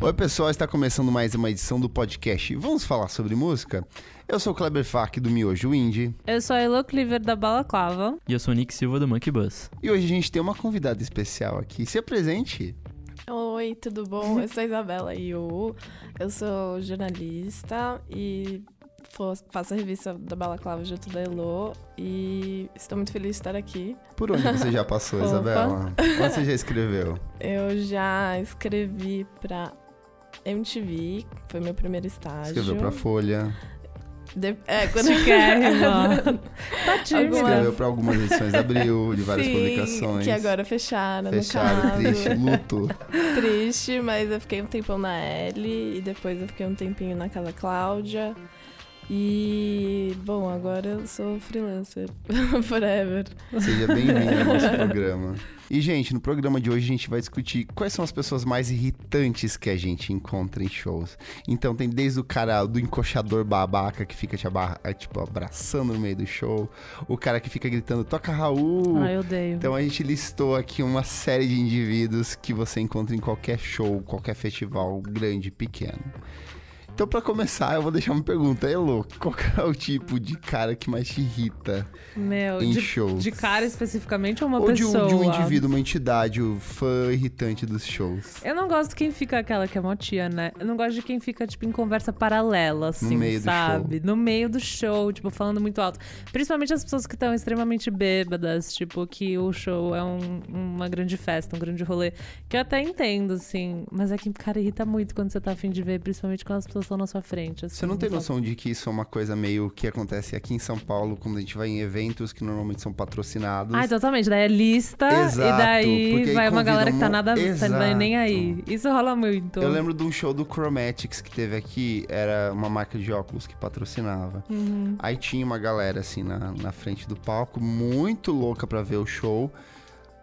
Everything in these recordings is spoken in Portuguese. Oi, pessoal, está começando mais uma edição do podcast Vamos Falar sobre Música? Eu sou o Kleber Fark do Miojo Indie Eu sou a Elo Cleaver da Balaclava. E eu sou o Nick Silva do Monkey Bus. e hoje a gente tem uma convidada especial aqui. Se apresente. Oi, tudo bom? Eu sou a Isabela Yu, eu sou jornalista e fo- faço a revista da Balaclava junto da Elo e estou muito feliz de estar aqui. Por onde você já passou, Opa. Isabela? Onde você já escreveu? Eu já escrevi pra MTV, foi meu primeiro estágio. Escreveu pra Folha, De- É, quando... Chiquérrima. Tá tímida. escreveu pra algumas edições de Abril, de várias Sim, publicações. que agora fecharam, no Fecharam, caso. triste, luto. triste, mas eu fiquei um tempão na L e depois eu fiquei um tempinho na Casa Cláudia. E, bom, agora eu sou freelancer forever. Seja bem-vindo ao nosso programa. E, gente, no programa de hoje a gente vai discutir quais são as pessoas mais irritantes que a gente encontra em shows. Então tem desde o cara do encoxador babaca que fica te aba- eh, tipo, abraçando no meio do show, o cara que fica gritando, toca Raul! Ai, Ah, eu odeio. Então a gente listou aqui uma série de indivíduos que você encontra em qualquer show, qualquer festival, grande, pequeno. Então, pra começar, eu vou deixar uma pergunta. Elo, qual que é o tipo de cara que mais te irrita Meu, em de, show? de cara especificamente ou uma Ou de um, pessoa? de um indivíduo, uma entidade, o fã irritante dos shows. Eu não gosto de quem fica aquela que é mó tia, né? Eu não gosto de quem fica, tipo, em conversa paralela, assim, meio do sabe? No meio do show, tipo, falando muito alto. Principalmente as pessoas que estão extremamente bêbadas, tipo, que o show é um- uma grande festa, um grande rolê. Que eu até entendo, assim. Mas é que, cara, irrita muito quando você tá afim de ver, principalmente quando as pessoas estão na sua frente. assim, Você não tem sabe? noção de que isso é uma coisa meio que acontece aqui em São Paulo, quando a gente vai em eventos que normalmente são patrocinados. Ah, totalmente. Daí é lista Exato, e daí porque aí vai uma convida galera que um- tá nada tá Exato. nem aí. Isso rola muito. Eu lembro de um show do Chromatics que teve aqui, era uma marca de óculos que patrocinava. Uhum. Aí tinha uma galera assim na, na frente do palco, muito louca pra ver o show.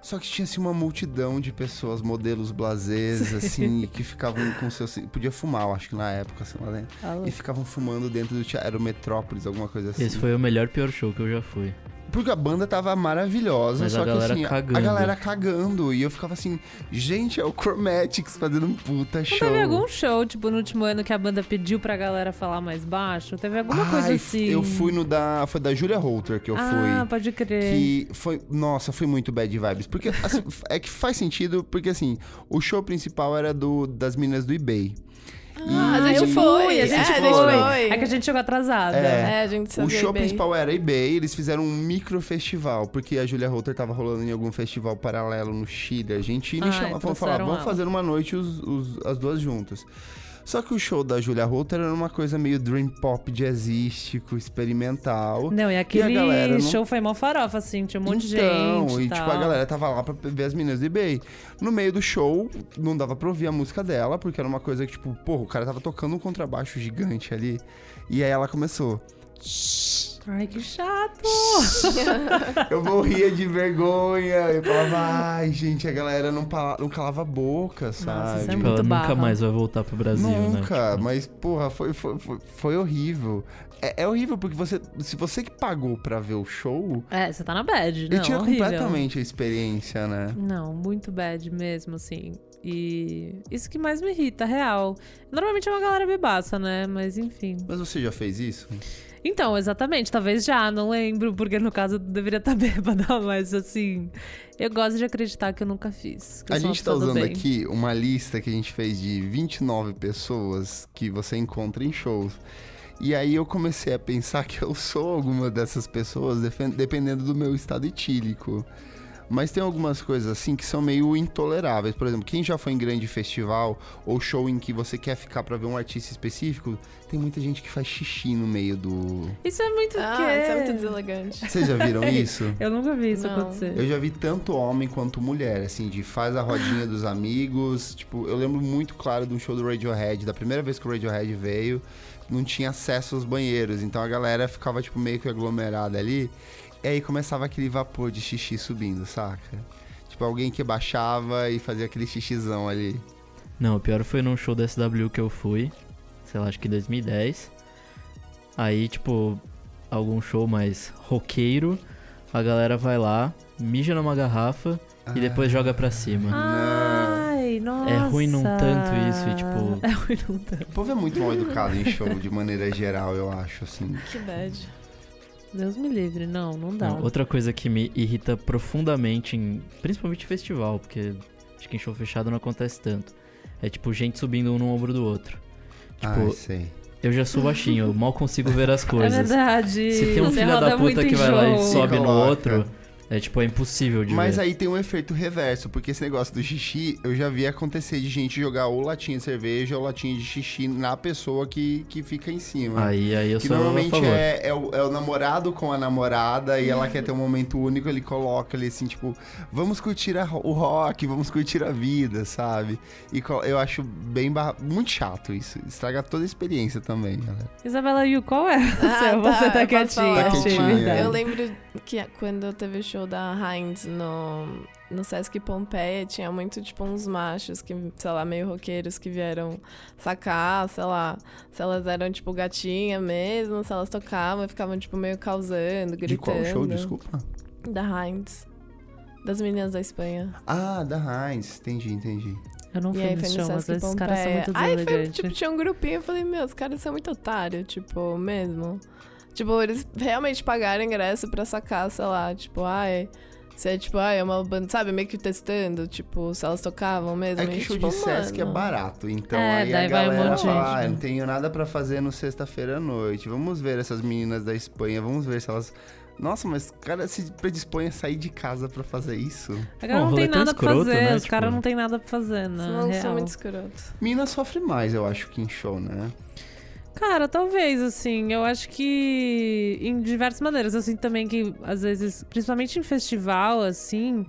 Só que tinha assim uma multidão de pessoas, modelos blasés, assim, que ficavam com seus. Podia fumar, eu acho que na época, assim, lá dentro. Alô. E ficavam fumando dentro do teatro. Era o Metrópolis, alguma coisa assim. Esse foi o melhor pior show que eu já fui. Porque a banda tava maravilhosa, Mas só a que galera assim, a- cagando. a galera cagando. E eu ficava assim, gente, é o Chromatics fazendo um puta Não show. teve algum show, tipo, no último ano que a banda pediu pra galera falar mais baixo? Teve alguma coisa Ai, assim? Eu fui no da. Foi da Julia Holter que eu Ah, fui. pode crer. Que foi. Nossa, foi muito bad vibes. Porque assim, é que faz sentido, porque assim, o show principal era do, das meninas do eBay. Ah, a gente eu foi, fui, a gente é, a foi. gente foi. É que a gente chegou atrasada. É, a gente sabia O show bem. principal era eBay, eles fizeram um micro festival, porque a Julia Holter tava rolando em algum festival paralelo no Chile, Argentina, Ah, e chama, e vamos falar, trouxeram vamos ela." fazer uma noite os- os- as duas juntas. Só que o show da Julia Holter era uma coisa meio dream pop jazzístico, experimental. Não, e aquele E a galera não- show foi mó farofa, assim, tinha um monte então, de gente. e tal. tipo, a galera tava lá pra ver as meninas do eBay. No meio do show, não dava pra ouvir a música dela, porque era uma coisa que, tipo, porra, o cara tava tocando um contrabaixo gigante ali. E aí ela começou. Ai, que chato! Eu morria de vergonha. Eu falava, ai, gente, a galera não, pala- não calava a boca, sabe? isso é Tipo, muito ela barra. nunca mais vai voltar pro Brasil, né? Nunca, Tipo, mas porra, foi, foi, foi, foi horrível. É, é horrível porque você, se você que pagou pra ver o show, É, você tá na bad, né? ele tira Horrível. completamente a experiência, né? Não, muito bad mesmo, assim. E isso que mais me irrita, real. Normalmente é uma galera bebaça, né? Mas enfim. Mas você já fez isso? Então, exatamente, talvez já, não lembro, porque no caso eu deveria estar bêbada, mas assim, eu gosto de acreditar que eu nunca fiz. que eu A sou uma gente tá pessoa do usando bem. aqui uma lista que a gente fez de 29 pessoas que você encontra em shows. E aí eu comecei a pensar que eu sou alguma dessas pessoas, defen- dependendo do meu estado etílico. Mas tem algumas coisas assim que são meio intoleráveis. Por exemplo, quem já foi em grande festival ou show em que você quer ficar pra ver um artista específico, tem muita gente que faz xixi no meio do. Isso é muito Ah, quê? isso é muito deselegante. Vocês já viram isso? Eu nunca vi isso Não. acontecer. Eu já vi tanto homem quanto mulher, assim, de faz a rodinha dos amigos. Tipo, eu lembro muito claro de um show do Radiohead, da primeira vez que o Radiohead veio, não tinha acesso aos banheiros, então a galera ficava, tipo, meio que aglomerada ali. E aí começava aquele vapor de xixi subindo, saca? Tipo, alguém que baixava e fazia aquele xixizão ali. Não, o pior foi num show da SW que eu fui, sei lá, acho que 2010. Aí, tipo, algum show mais roqueiro, a galera vai lá, mija numa garrafa Ah. e depois joga pra cima. Ai, nossa. É ruim num tanto isso, e, tipo- É ruim num tanto. O povo é muito mal educado em show, de maneira geral, eu acho, assim. Que bad. Deus me livre, não, não dá. Não, outra coisa que me irrita profundamente, em- principalmente em festival, porque acho que em show fechado não acontece tanto. É tipo gente subindo um no ombro do outro. ah, Tipo, sei. eu já sou baixinho, eu mal consigo ver as é coisas. verdade. Se tem um Você filho roda da muito puta que em vai lá e jogo. sobe no Coloca. outro, é tipo, é impossível de Mas ver. aí tem um efeito reverso, porque esse negócio do xixi, eu já vi acontecer de gente jogar ou latinha de cerveja ou latinha de xixi na pessoa que, que fica em cima. Aí, aí eu que sou a normalmente favor. é, é o, é o namorado com a namorada e ela quer ter um momento único, ele coloca ali assim, tipo, vamos curtir a ro- o rock, vamos curtir a vida, sabe? E co- eu acho bem barra- muito chato isso. Estraga toda a experiência também, galera. Isabela Yu, qual é? Você, Ah, você tá eu posso quietinha, né? falar Tá achei, quietinha. verdade. Eu lembro que quando teve o show da Heinz no, no Sesc Pompeia, tinha muito, tipo, uns machos que, sei lá, meio roqueiros que vieram sacar, sei lá, se elas eram, tipo, gatinha mesmo, se elas tocavam, ficavam, tipo, meio causando, gritando. De qual show, desculpa? Da Heinz. Das meninas da Espanha. Ah, da Heinz, entendi, entendi. Eu não E fui aí no foi no show, mas Sesc esses caras são Pompeia. muito Aí foi, deselegantes. tipo, tinha um grupinho, eu falei, meu, os caras são muito otários, tipo, mesmo. Tipo, eles realmente pagaram ingresso pra sacar, sei lá, tipo, ai... Se é tipo, ai, é uma banda, sabe, meio que testando, tipo, se elas tocavam mesmo. É e, que show tipo, de Sesc é mano. barato, então É, aí a daí vai um galera monte de gente, fala, ah, né?" não tenho nada pra fazer no sexta-feira à noite, vamos ver essas meninas da Espanha, vamos ver se elas... Nossa, mas o cara se predispõe a sair de casa pra fazer isso? A galera Bom, não rolê tem é tão nada pra escroto, fazer, né, os caras tipo- não tem nada pra fazer, né? Não, sou Real. muito escroto. Mina sofre mais, eu acho, que em show, né? Cara, talvez, assim, eu acho que em diversas maneiras. Eu sinto também que, às vezes, principalmente em festival, assim,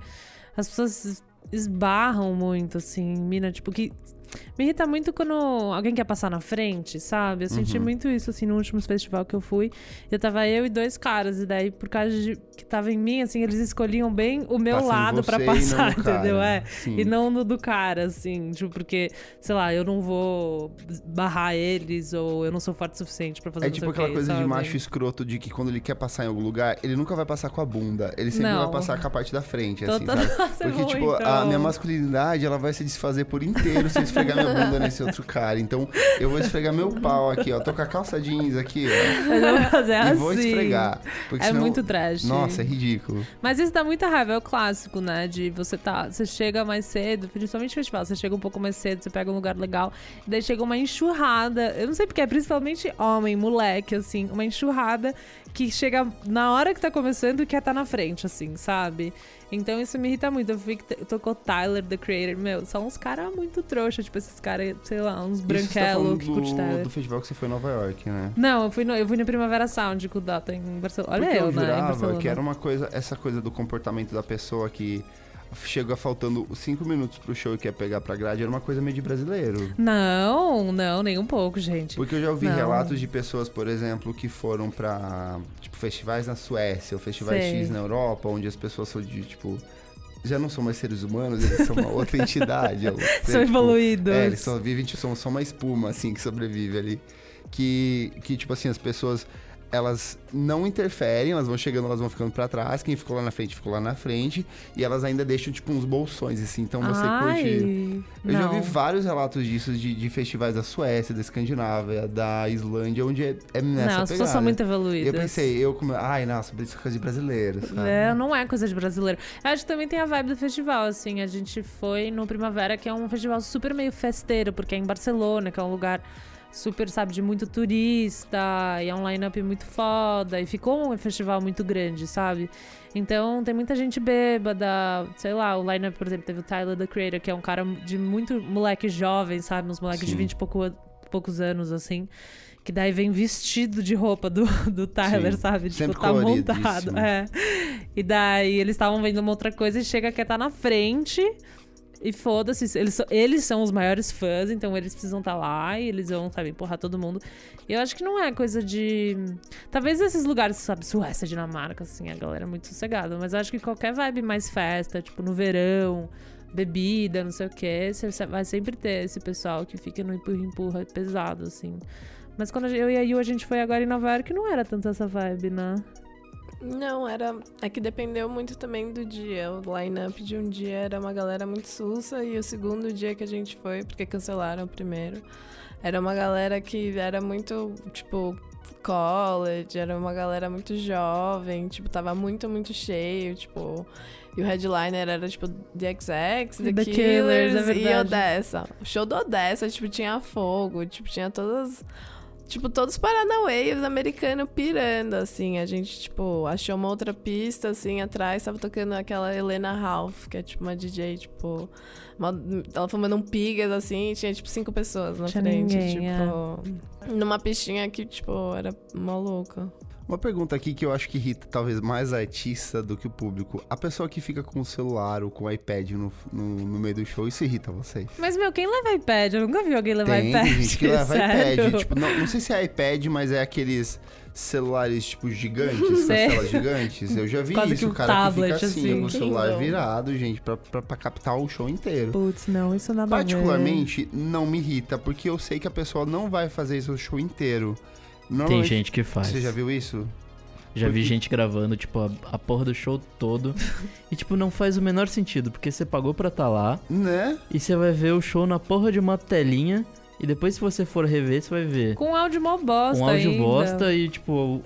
as pessoas esbarram muito, assim, em mina, tipo, que. Me irrita muito quando alguém quer passar na frente, sabe? Eu Uhum. senti muito isso, assim, no último festival que eu fui. Eu tava eu e dois caras, e daí, por causa de que tava em mim, assim, eles escolhiam bem o meu Passa em lado pra você e não no passar, cara. entendeu? É. Sim. E não no do cara, assim, tipo, porque, sei lá, eu não vou barrar eles ou eu não sou forte o suficiente pra fazer É não sei tipo o aquela quê, coisa de sabe? macho escroto de que quando ele quer passar em algum lugar, ele nunca vai passar com a bunda, ele sempre Não. vai passar com a parte da frente, assim, Total- sabe? Nossa, é Porque, bom, tipo, a então. minha masculinidade, ela vai se desfazer por inteiro se eu esfregar minha bunda nesse outro cara. Então, eu vou esfregar meu pau aqui, ó. Tô com a calça jeans aqui, ó. Mas eu vou fazer e assim. vou esfregar. Porque É senão... muito trash. Nossa, é ridículo. Mas isso dá muita raiva, é o clássico, né? De você tá. Você chega mais cedo, principalmente no festival, você chega um pouco mais cedo, você pega um lugar legal, e daí chega uma enxurrada. Eu não sei porque é principalmente homem, moleque, assim, uma enxurrada que chega na hora que tá começando e quer tá na frente, assim, sabe? Então isso me irrita muito. Eu vi que t- tocou Tyler, The Creator. Meu, são uns caras muito trouxa, tipo, esses caras, sei lá, uns Isso você tá branquelos falando que curte do, Tyler. do festival que você foi em Nova York, né? Não, eu fui, no, eu fui no Primavera Sound com o Dota em Barcelona. Olha Porque eu, eu né? Em jurava Barcelona. que era uma coisa, essa coisa do comportamento da pessoa que chega faltando cinco minutos pro show e quer pegar pra grade, era uma coisa meio de brasileiro. Não, não, nem um pouco, gente. Porque eu já ouvi Não. relatos de pessoas, por exemplo, que foram pra, tipo, festivais na Suécia ou festivais Sei. X na Europa, onde as pessoas são de, tipo, já não são mais seres humanos, eles são uma outra entidade. ou São seja, tipo, evoluídos. É, eles só vivem, tipo, são só uma espuma, assim, que sobrevive ali. Que, que tipo assim, as pessoas, elas não interferem, elas vão chegando, elas vão ficando pra trás, quem ficou lá na frente, ficou lá na frente, e elas ainda deixam, tipo, uns bolsões, assim, então você Ai, curte... Eu já não. vi vários relatos disso de, de festivais da Suécia, da Escandinávia, da Islândia, onde é, é nessa Não, as pessoas pegada. são muito evoluídas. Eu pensei, eu como... Ai, nossa, isso é coisa de brasileiro, sabe? É, não é coisa de brasileiro. Eu acho que também tem a vibe do festival, assim. A gente foi no Primavera, que é um festival super meio festeiro, porque é em Barcelona, que é um lugar super, sabe, de muito turista, e é um line-up muito foda, e ficou um festival muito grande, sabe? Então tem muita gente bêbada, sei lá, o line-up, por exemplo, teve o Tyler, The Creator, que é um cara de muito moleque jovem, sabe? Uns moleques de Sim. 20 e pouco- poucos anos, assim. Que daí vem vestido de roupa do, do Tyler, Sim. sabe? Tipo, Sempre tá montado. coloridíssimo. É. E daí eles estavam vendo uma outra coisa e chega que tá na frente. E foda-se, eles, são- eles são os maiores fãs, então eles precisam estar lá e eles vão, sabe, empurrar todo mundo. E eu acho que não é coisa de. Talvez esses lugares, sabe, Suécia, Dinamarca, assim, a galera é muito sossegada. Mas eu acho que qualquer vibe mais festa, tipo, no verão, bebida, não sei o quê, você vai sempre ter esse pessoal que fica no empurra-empurra pesado, assim. Mas quando eu e a Yu, a gente foi agora em Nova York, não era tanto essa vibe, né? Não, era. É que dependeu muito também do dia. O line-up de um dia era uma galera muito sussa e o segundo dia que a gente foi, porque cancelaram o primeiro, era uma galera que era muito, tipo, college, era uma galera muito jovem, tipo, tava muito, muito cheio, tipo. E o headliner era, tipo, DXX, The, The The Killers, Killers, é e verdade. Odessa. O show do Odessa, tipo, tinha fogo, tipo, tinha todas. Tipo, todos os Paranauê americanos pirando, assim. A gente, tipo, achou uma outra pista, assim, atrás. Tava tocando aquela Helena Ralph, que é, tipo, uma DJ, tipo... uma- ela fumando um pigas, assim, e tinha, tipo, cinco pessoas na Tinha frente. ninguém, é. tipo... Numa pistinha que, tipo, era maluca. Uma pergunta aqui que eu acho que irrita talvez mais a artista do que o público. A pessoa que fica com o celular ou com o iPad no, no- no meio do show, isso irrita vocês? Mas, meu, quem leva iPad? Eu nunca vi alguém levar Tem iPad. gente que leva sério. iPad. Tipo, não, não sei se é iPad, mas é aqueles celulares, tipo, gigantes, com as Sei. telas gigantes. Eu já vi Quase que isso, um o cara tablet, que fica assim, assim. com o celular Kindle. virado, gente, pra, pra, pra captar o show inteiro. Putz, não, isso nada a ver. Particularmente, não me irrita, porque eu sei que a pessoa não vai fazer isso o show inteiro. Tem Normalmente- gente que faz. Você já viu isso? Já vi Porque- gente gravando, tipo, a, a porra do show todo. e, tipo, não faz o menor sentido, porque você pagou pra tá lá Né? e você vai ver o show na porra de uma telinha. E depois, se você for rever, você vai ver Com áudio mó bosta um áudio ainda. bosta e, tipo,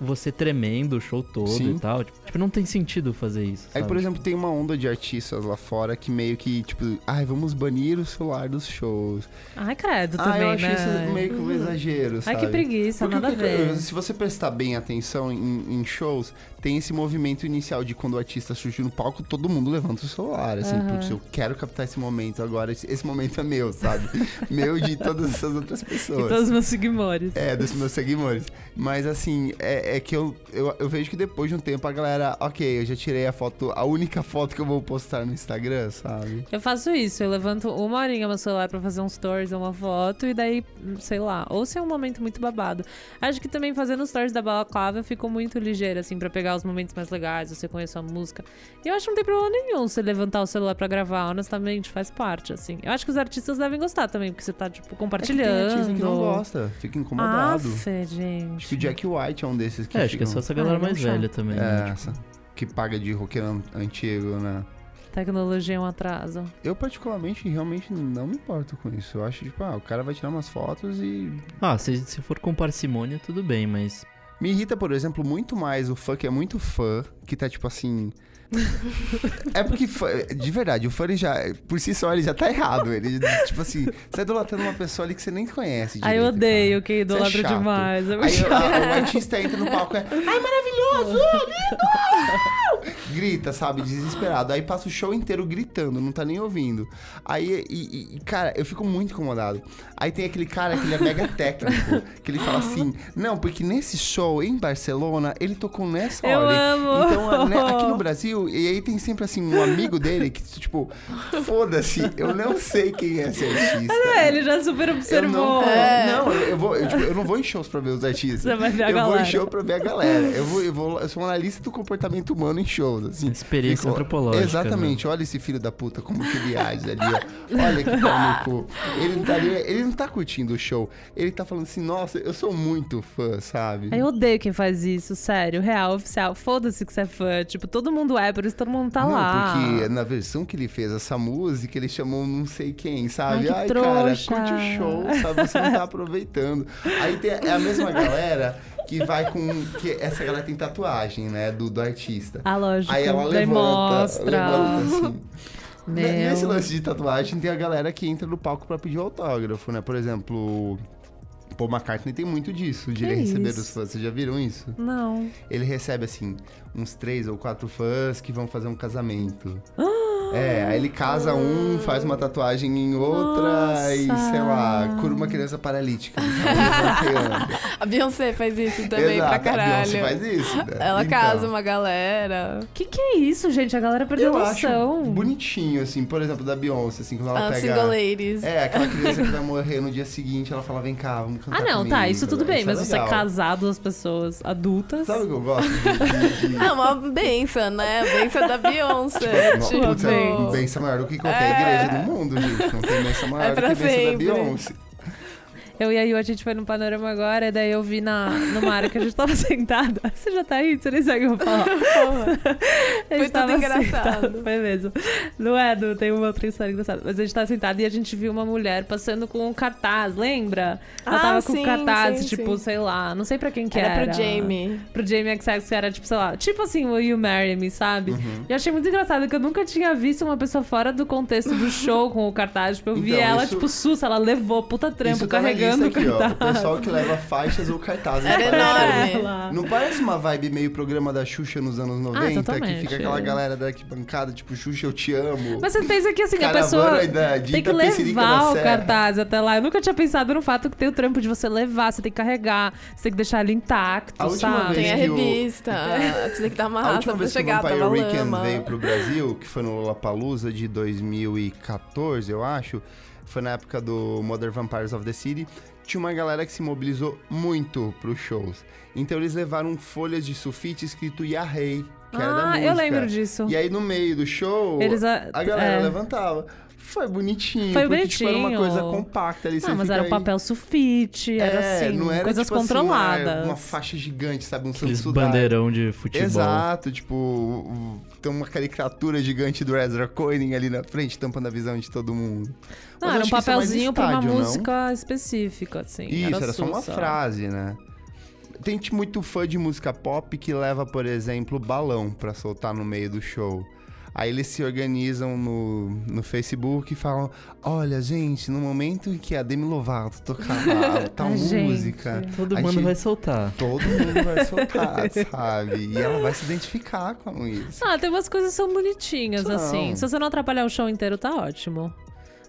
você tremendo o show todo Sim. e tal. Tipo, tipo, não tem sentido fazer isso. Aí, sabe? por exemplo, tem uma onda de artistas lá fora que meio que, tipo, ai, vamos banir o celular dos shows. Ai, credo, ah, também, eu acho né? isso meio que um exagero, Ai, sabe? que preguiça, Porque o nada a que- ver. Se você prestar bem atenção em, em shows, tem esse movimento inicial de quando o artista surge no palco, todo mundo levanta o celular. Assim, Aham. putz, eu quero captar esse momento agora. Esse, esse momento é meu, sabe? meu e de todas essas outras pessoas. E todos os meus seguimores. É, dos meus seguidores. Mas assim, é, é que eu, eu, eu vejo que depois de um tempo a galera, ok, eu já tirei a foto, a única foto que eu vou postar no Instagram, sabe? Eu faço isso, eu levanto uma horinha meu celular pra fazer um stories ou uma foto, e daí, sei lá, ou se é um momento muito babado. Acho que também fazendo stories da balaclava eu fico muito ligeira, assim, pra pegar os momentos mais legais, você conhece a música. E eu acho que não tem problema nenhum você levantar o celular pra gravar, honestamente, faz parte, assim. Eu acho que os artistas devem gostar também, porque você tá, tipo, compartilhando. É que tem artista que não gosta, fica incomodado. Aff, Acho que o gente. Jack White é um desses que É, acho que é ficam- só essa galera Ah, mais não velha também. né? É, Tipo, essa. Que paga de roqueiro an- antigo, né? Tecnologia é um atraso. Eu, particularmente, realmente não me importo com isso. Eu acho, tipo, ah, o cara vai tirar umas fotos e Ah, se, se for com parcimônia, tudo bem, mas. Me irrita, por exemplo, muito mais o fã que é muito fã, que tá tipo assim. é porque, fã- de verdade, o fã ele já, por si só, ele já tá errado. Ele, tipo assim, você tá idolatrando uma pessoa ali que você nem conhece. Ai, Ah, eu direito, cara. odeio, que Isso é idolatra chato. demais. Eu Aí a- a- o artista entra no palco, é. Ai, maravilhoso! lindo!" Grita, sabe? Desesperado. Aí passa o show inteiro gritando, não tá nem ouvindo. Aí, e- e- e, cara, eu fico muito incomodado. Aí tem aquele cara que ele é mega técnico, que ele fala assim: Não, porque nesse show em Barcelona, ele tocou nessa Eu ordem. amo. Então, né, aqui no Brasil, e aí tem sempre assim um amigo dele que, tipo, foda-se, eu não sei quem é esse artista. É, ele já super Eu não, observou. É. não, eu, eu vou, eu, tipo, eu não vou em shows pra ver os artistas. Você vai ver a eu vou galera. em show pra ver a galera. Eu, vou, eu, vou, eu sou um analista do comportamento humano em shows, assim. Experiência Fico- antropológica, né? Exatamente. Olha esse filho da puta como que ele age ali, ó. Olha que pau no cu. Ele, tá ali, ele não tá curtindo o show. Ele tá falando assim, nossa, eu sou muito fã, sabe? Aí eu odeio quem faz isso, sério, real, oficial. Foda-se que você é fã. Tipo, todo mundo é, por isso todo mundo tá não, lá. porque na versão que ele fez essa música, ele chamou não sei quem, sabe? Ai, Ai, que cara, trouxa. curte o show, sabe? Você não tá aproveitando. Aí tem, é a mesma galera que vai com. Que essa galera tem tatuagem, né? Do, do artista. Ah, lógico. Aí ela daí levanta, mostra. levanta assim. Ne- Meu. Nesse lance de tatuagem, tem a galera que entra no palco pra pedir autógrafo, né? Por exemplo, o Paul McCartney tem muito disso, de Que ele receber isso? os fãs. Vocês já viram isso? Não. ele recebe assim uns três ou quatro fãs que vão fazer um casamento. Ah! É, aí ele casa um, faz uma tatuagem em outra e Nossa. sei lá, cura uma criança paralítica. Então, Também A Beyoncé faz isso também pra A caralho. Beyoncé faz isso. né? Ela Então, casa uma galera. Que que é isso, gente? A galera perdeu Eu a acho noção. bonitinho assim, por exemplo, da Beyoncé assim, quando Ah, ela As pega single ladies. É, aquela criança que vai morrer no dia seguinte, ela fala: "Vem cá, vamos cantar Ah, não, tá, comigo." isso tudo bem, mas é você legal. casar duas pessoas adultas. Sabe o que eu gosto? De, de, de... É uma benção, né? A benção da Beyoncé. é Uma tipo, puta benção maior do que qualquer É. igreja do mundo, gente. Não tem benção maior do pra que benção da sempre. Beyoncé. Eu e a Yu, a gente foi no panorama agora, e daí eu vi na, no mar que a gente tava sentada. Você já tá aí? Você nem sabe o que eu vou falar. A gente Foi tudo tava engraçado. sentado, Foi mesmo. Não é, não tem uma outra história engraçada. Mas a gente tava sentado e a gente viu uma mulher passando com um cartaz, lembra? Ela Ah, tava com sim, cartaz, sim, tipo, sim. sei lá, não sei pra quem que era. Era pro Jamie. Pro Jamie XX, que era tipo, sei lá, tipo assim, Will You Marry Me, sabe? Uhum. E eu achei muito engraçado que eu nunca tinha visto uma pessoa fora do contexto do show com o cartaz. Tipo, eu vi Então, ela, isso- tipo, sussa, ela levou puta trampo Isso tá na carregando lista aqui, o ó. cartaz. O pessoal que leva faixas ou cartazes. Era Não enorme. parece- É, ela. Não parece uma vibe meio programa da Xuxa nos anos 90? que totalmente. fica aquela galera da arquibancada, tipo, Xuxa, eu te amo. Mas você pensa que assim, a Caravana pessoa da tem que né, Dita Pecerica da levar o Serra. cartaz até lá. Eu nunca tinha pensado no fato que tem o trampo de você levar, você tem que carregar, você tem que deixar ele intacto, A última sabe? vez- Tem a que o- revista. Ah, Você tem que dar uma Ah, A raça última pra vez que o chegar, Vampire tava Weekend lama. veio pro Brasil, que foi no Lollapalooza de 2014, eu acho, foi na época do Modern Vampires of the City, tinha uma galera que se mobilizou muito pros shows. Então eles levaram folhas de sulfite escrito Yahei, que era da Ah, música. eu lembro disso. E aí no meio do show, Eles a- a galera é. levantava. Foi bonitinho, Foi porque tipo, era uma bonitinho. coisa compacta ali. você Não, mas fica era um aí- papel sulfite, era É, assim, não era, coisas tipo, assim, uma- controladas. uma, faixa gigante, sabe? Um Aqueles Samsudai. bandeirão de futebol. Exato, tipo, o- o- tem uma caricatura gigante do Ezra Koenig ali na frente, tampando a visão de todo mundo. não, Mas era acho um que isso é mais papelzinho pra uma estádio, não? música específica, assim. Isso, era só uma sussa. frase, né? Tem t- muito fã de música pop que leva, por exemplo, balão pra soltar no meio do show. Aí eles se organizam no, no Facebook e falam: Olha, gente, no momento em que a Demi Lovato tocar a tal Ai, gente. música, Todo A mundo gente- vai soltar. todo mundo vai soltar, sabe? E ela vai se identificar com isso. Ah, tem umas coisas que são bonitinhas, São. assim. Se você não atrapalhar o show inteiro, tá ótimo.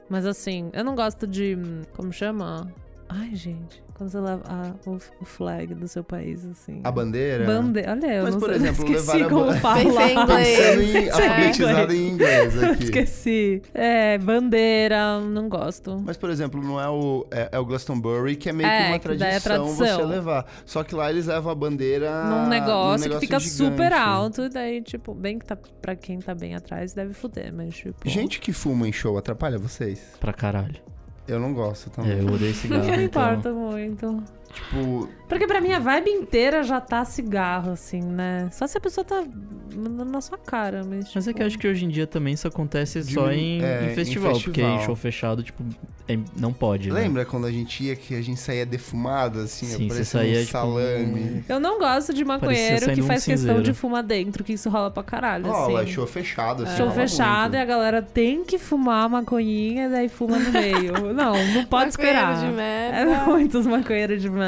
Mas assim, eu não gosto de. hum, Como chama? Ai, gente. Quando você leva a- o, o flag do seu país, assim. A bandeira. Bandeira. Olha, eu Mas, não por sei, exemplo, esqueci levar a como ban- falar. Pensei em inglês. Pensando em alfabetizado inglês. em inglês aqui. é. Esqueci. É, bandeira, não gosto. Mas, por exemplo, não é o, é, é o Glastonbury, que é meio que É, uma que daí tradição, é você tradição. levar. Só que lá eles levam a bandeira num negócio, Ah, num que fica gigante. super alto, e daí, tipo, bem que tá pra quem tá bem atrás, deve fuder, mas tipo. Gente que fuma em show atrapalha vocês? Pra caralho. Eu não gosto É, também. eu odeio cigarro. não me então- importa muito. Tipo, Porque pra mim a vibe inteira já tá cigarro, assim, né? Só se a pessoa tá mandando na sua cara, mas. Mas é que tipo, eu acho que hoje em dia também isso acontece De- só em, é, em em festival, porque em festival. show fechado, tipo, é- não pode. né? lembra quando a gente ia que a gente saía defumado, assim, Sim, você aparecendo saía, um tipo, salame? Eu não gosto de maconheiro que saindo um faz questão de cinzeiro. fumar dentro, que isso rola pra caralho, Rola, assim. show fechado, assim. Show rola fechado é e muito. a galera tem que fumar a maconhinha e daí fuma no meio. não, não pode esperar. Maconheiro de merda. É muitos maconheiros de merda.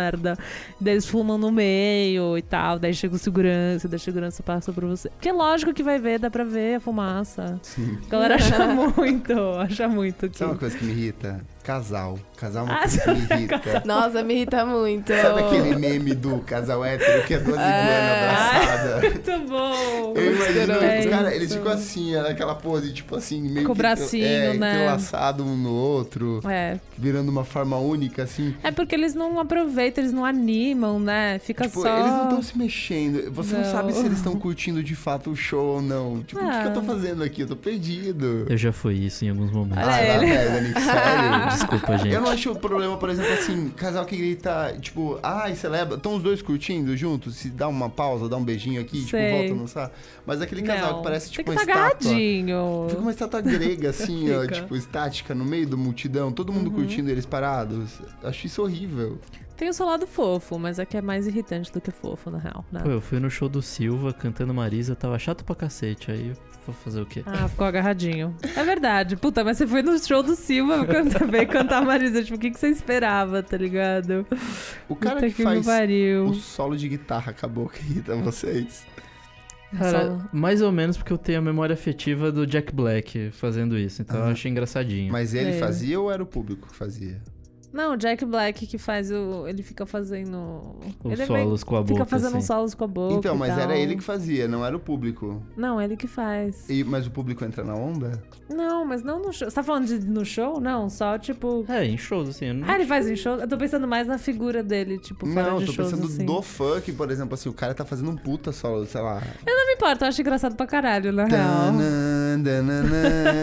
Daí eles fumam no meio e tal. Daí chega o segurança, daí o segurança passa por você. Porque lógico que vai ver, dá pra ver a fumaça. Sim. A galera acha muito, acha muito que. Sabe uma coisa que me irrita? Casal. Casal é uma Ah, coisa que me irrita. Nossa, me irrita muito. Sabe Então. aquele meme do casal hétero que é duas É. iguanas abraçadas? Muito bom! Eu imagino, É os cara, isso. eles ficam assim, é, naquela pose, tipo assim, meio Com o que, bracinho, é, né? entrelaçado um no outro, É. virando uma forma única, assim. É porque eles não aproveitam, eles não animam, né? Fica Tipo, só. eles não estão se mexendo. Você não, Não. Ah. sabe se eles estão curtindo de fato o show ou não. Tipo, o que, que eu tô fazendo aqui? Eu tô perdido. Eu já fui isso em alguns momentos. Ah, Ah, é, lá, ele- Melanie, sério. Desculpa, gente. Eu não acho o problema, por exemplo, assim, casal que grita, tipo, ai, celebra. Estão os dois curtindo juntos, se dá uma pausa, dá um beijinho aqui, Sei. tipo, volta a dançar. Mas aquele casal Não. que parece, tipo, Tem uma que tá estátua. agarradinho. Fica uma estátua grega, assim, ó, Fica. Uhum. tipo, estática, no meio da multidão, todo mundo curtindo eles parados. Acho isso horrível. Tem o seu lado fofo, mas é que é mais irritante do que fofo, na real, né? Pô, eu fui no show do Silva cantando Marisa, tava chato pra cacete, aí vou fazer o quê? Ah, ficou agarradinho. É verdade. Puta, mas você foi no show do Silva canta, veio cantar a Marisa. Tipo, o que, que você esperava, tá ligado? O cara Puta que me faz pariu. o solo de guitarra acabou que irrita vocês. Cara, Só- mais ou menos porque eu tenho a memória afetiva do Jack Black fazendo isso, então eu Ah. achei engraçadinho. Mas ele É. fazia ou era o público que fazia? Não, o Jack Black que faz o. Ele fica fazendo. Os ele é meio- solos com a Fica boca, fazendo assim. solos com a boca. então, e mas tal. era ele que fazia, não era o público. Não, ele que faz. E, mas o público entra na onda? Não, mas não no show. Você tá falando de no show? Não, só tipo. É, em shows, assim. eu não- Ah, ele faz em show? Eu tô pensando mais na figura dele, tipo, fora não, de tô shows, pensando assim. do funk, por exemplo, assim, o cara tá fazendo um puta solo, sei lá. Não me importa, eu acho engraçado pra caralho, na real. Tanana,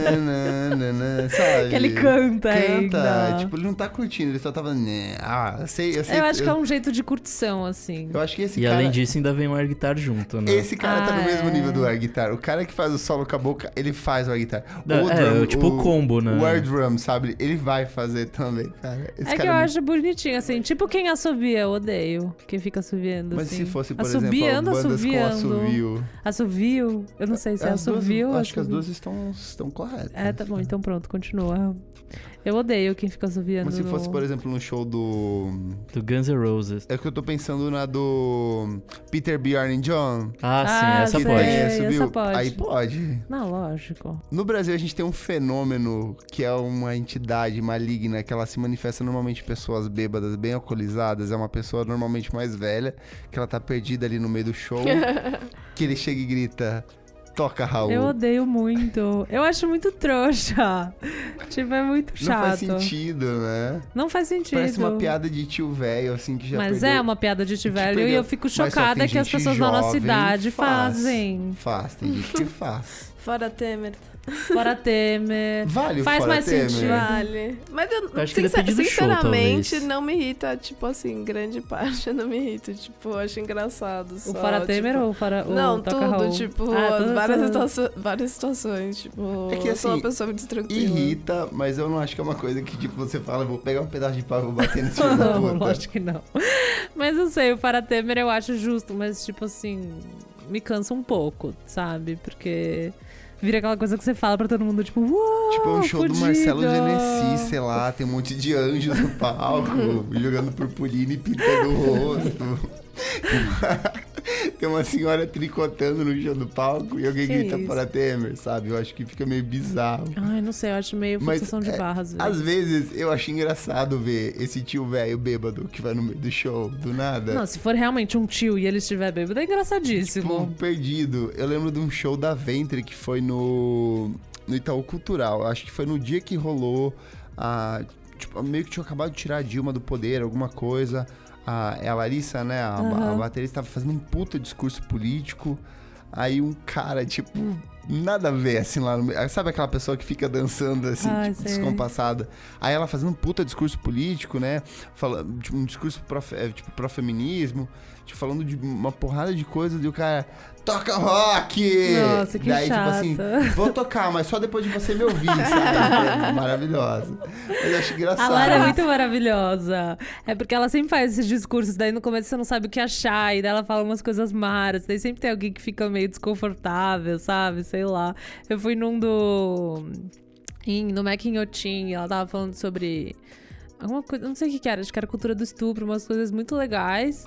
Nananana, sabe? Que ele canta, Canta. ainda. Tipo, ele não tá curtindo, ele só tava. né, Ah, eu sei, eu sei. eu acho que é eu, um jeito de curtição, assim. eu acho que esse E cara. além disso, ainda vem um ar guitar junto, né? Esse cara tá no Ah, mesmo é. nível do air guitar. O cara que faz o solo com a boca, ele faz o air guitar. Da- o é, drum, tipo o combo, né? O air drum, sabe? Ele vai fazer também, cara. Esse cara é que eu muito- acho bonitinho, assim. Tipo quem assobia, eu odeio. Quem fica assoviando, Mas assim. se fosse, por exemplo, assobiando, bandas assoviando. com assovio... Assovio? Eu não sei se é As duas- assovio ou Acho que as assovio. duas estão, estão corretas. É, tá bom, então pronto, continua. Eu odeio quem fica assoviando. Mas se fosse, no- por exemplo, no show do... Do Guns N' Roses. É que eu tô pensando na do Peter Bjorn and John. Ah, sim, Ah, essa que sei. pode. tem essa assovio. pode. Aí pode. Não, lógico. No Brasil, a gente tem um fenômeno que é uma entidade maligna que ela se manifesta normalmente em pessoas bêbadas, bem alcoolizadas. É uma pessoa normalmente mais velha, que ela tá perdida ali no meio do show, que ele chega e grita: Toca, Raul. Eu odeio muito. Eu acho muito trouxa. Tipo, é muito Não faz chato. sentido, né? Não faz sentido. Parece uma piada de tio velho, assim, que já Mas perdeu. é uma piada de tivelho e perdeu. eu fico Mas só chocada tem que as gente pessoas da nossa jovem idade faz. fazem. Faz, tem gente que faz. Fora Temer, Fora Temer. Vale o É, Faz Fora mais Temer? sentido. vale. Mas eu, Eu acho que sincer- depende do show, sinceramente, talvez. não me irrita, tipo assim, grande parte não me irrita. Tipo, eu acho engraçado. O só, Fora Temer tipo, ou o Fora. o Não, Toca tudo, Raul? tipo, Ah, as todas várias, essas- situa- várias situações, tipo, É que, eu sou assim, uma pessoa muito tranquila. Irrita, mas eu não acho que é uma coisa que, tipo, você fala, vou pegar um pedaço de pau e vou bater nesse filho da Não, puta. lógico que não. Mas eu sei, o Fora Temer eu acho justo, mas tipo assim, me cansa um pouco, sabe? Porque vira aquela coisa que você fala pra todo mundo, tipo, uau, Tipo, é um show do fodida." Marcelo Genesi, sei lá, tem um monte de anjos no palco, jogando purpurina e pintando o rosto. tem uma senhora tricotando no chão do palco e alguém Que grita isso? para Temer, sabe? Eu acho que fica meio bizarro. Ai, não sei, eu acho meio Mas, fixação de é, barras. velho. Às vezes eu acho engraçado ver esse tio velho bêbado que vai no meio do show, do nada. Não, se for realmente um tio e ele estiver bêbado, é Tipo, engraçadíssimo. perdido. Eu lembro de um show da Ventre que foi no, no Itaú Cultural. Acho que foi no dia que rolou a. Tipo, meio que tinha acabado de tirar a Dilma do poder, alguma coisa. A, é a Larissa, né? A, Aham. a baterista tava fazendo um puta discurso político. Aí um cara, tipo, nada a ver, assim, lá no meio. Sabe aquela pessoa que fica dançando, assim, Ah, tipo, sei. descompassada? Aí ela fazendo um puta discurso político, né? Fala, tipo, um discurso pró, é, tipo, pró-feminismo, tipo, falando de uma porrada de coisas e o cara. Toca rock! Nossa, que Daí, chato. tipo assim, vou tocar, mas só depois de você me ouvir, sabe? É Maravilhosa. Mas eu acho A engraçado. Lara é muito maravilhosa. É porque ela sempre faz esses discursos, daí no começo você não sabe o que achar, e daí ela fala umas coisas maras, daí sempre tem alguém que fica meio desconfortável, sabe? Sei lá. Eu fui num do. em- no Mac em Otim, e ela tava falando sobre. Alguma coisa, não sei o que, que era, acho que era cultura do estupro, umas coisas muito legais.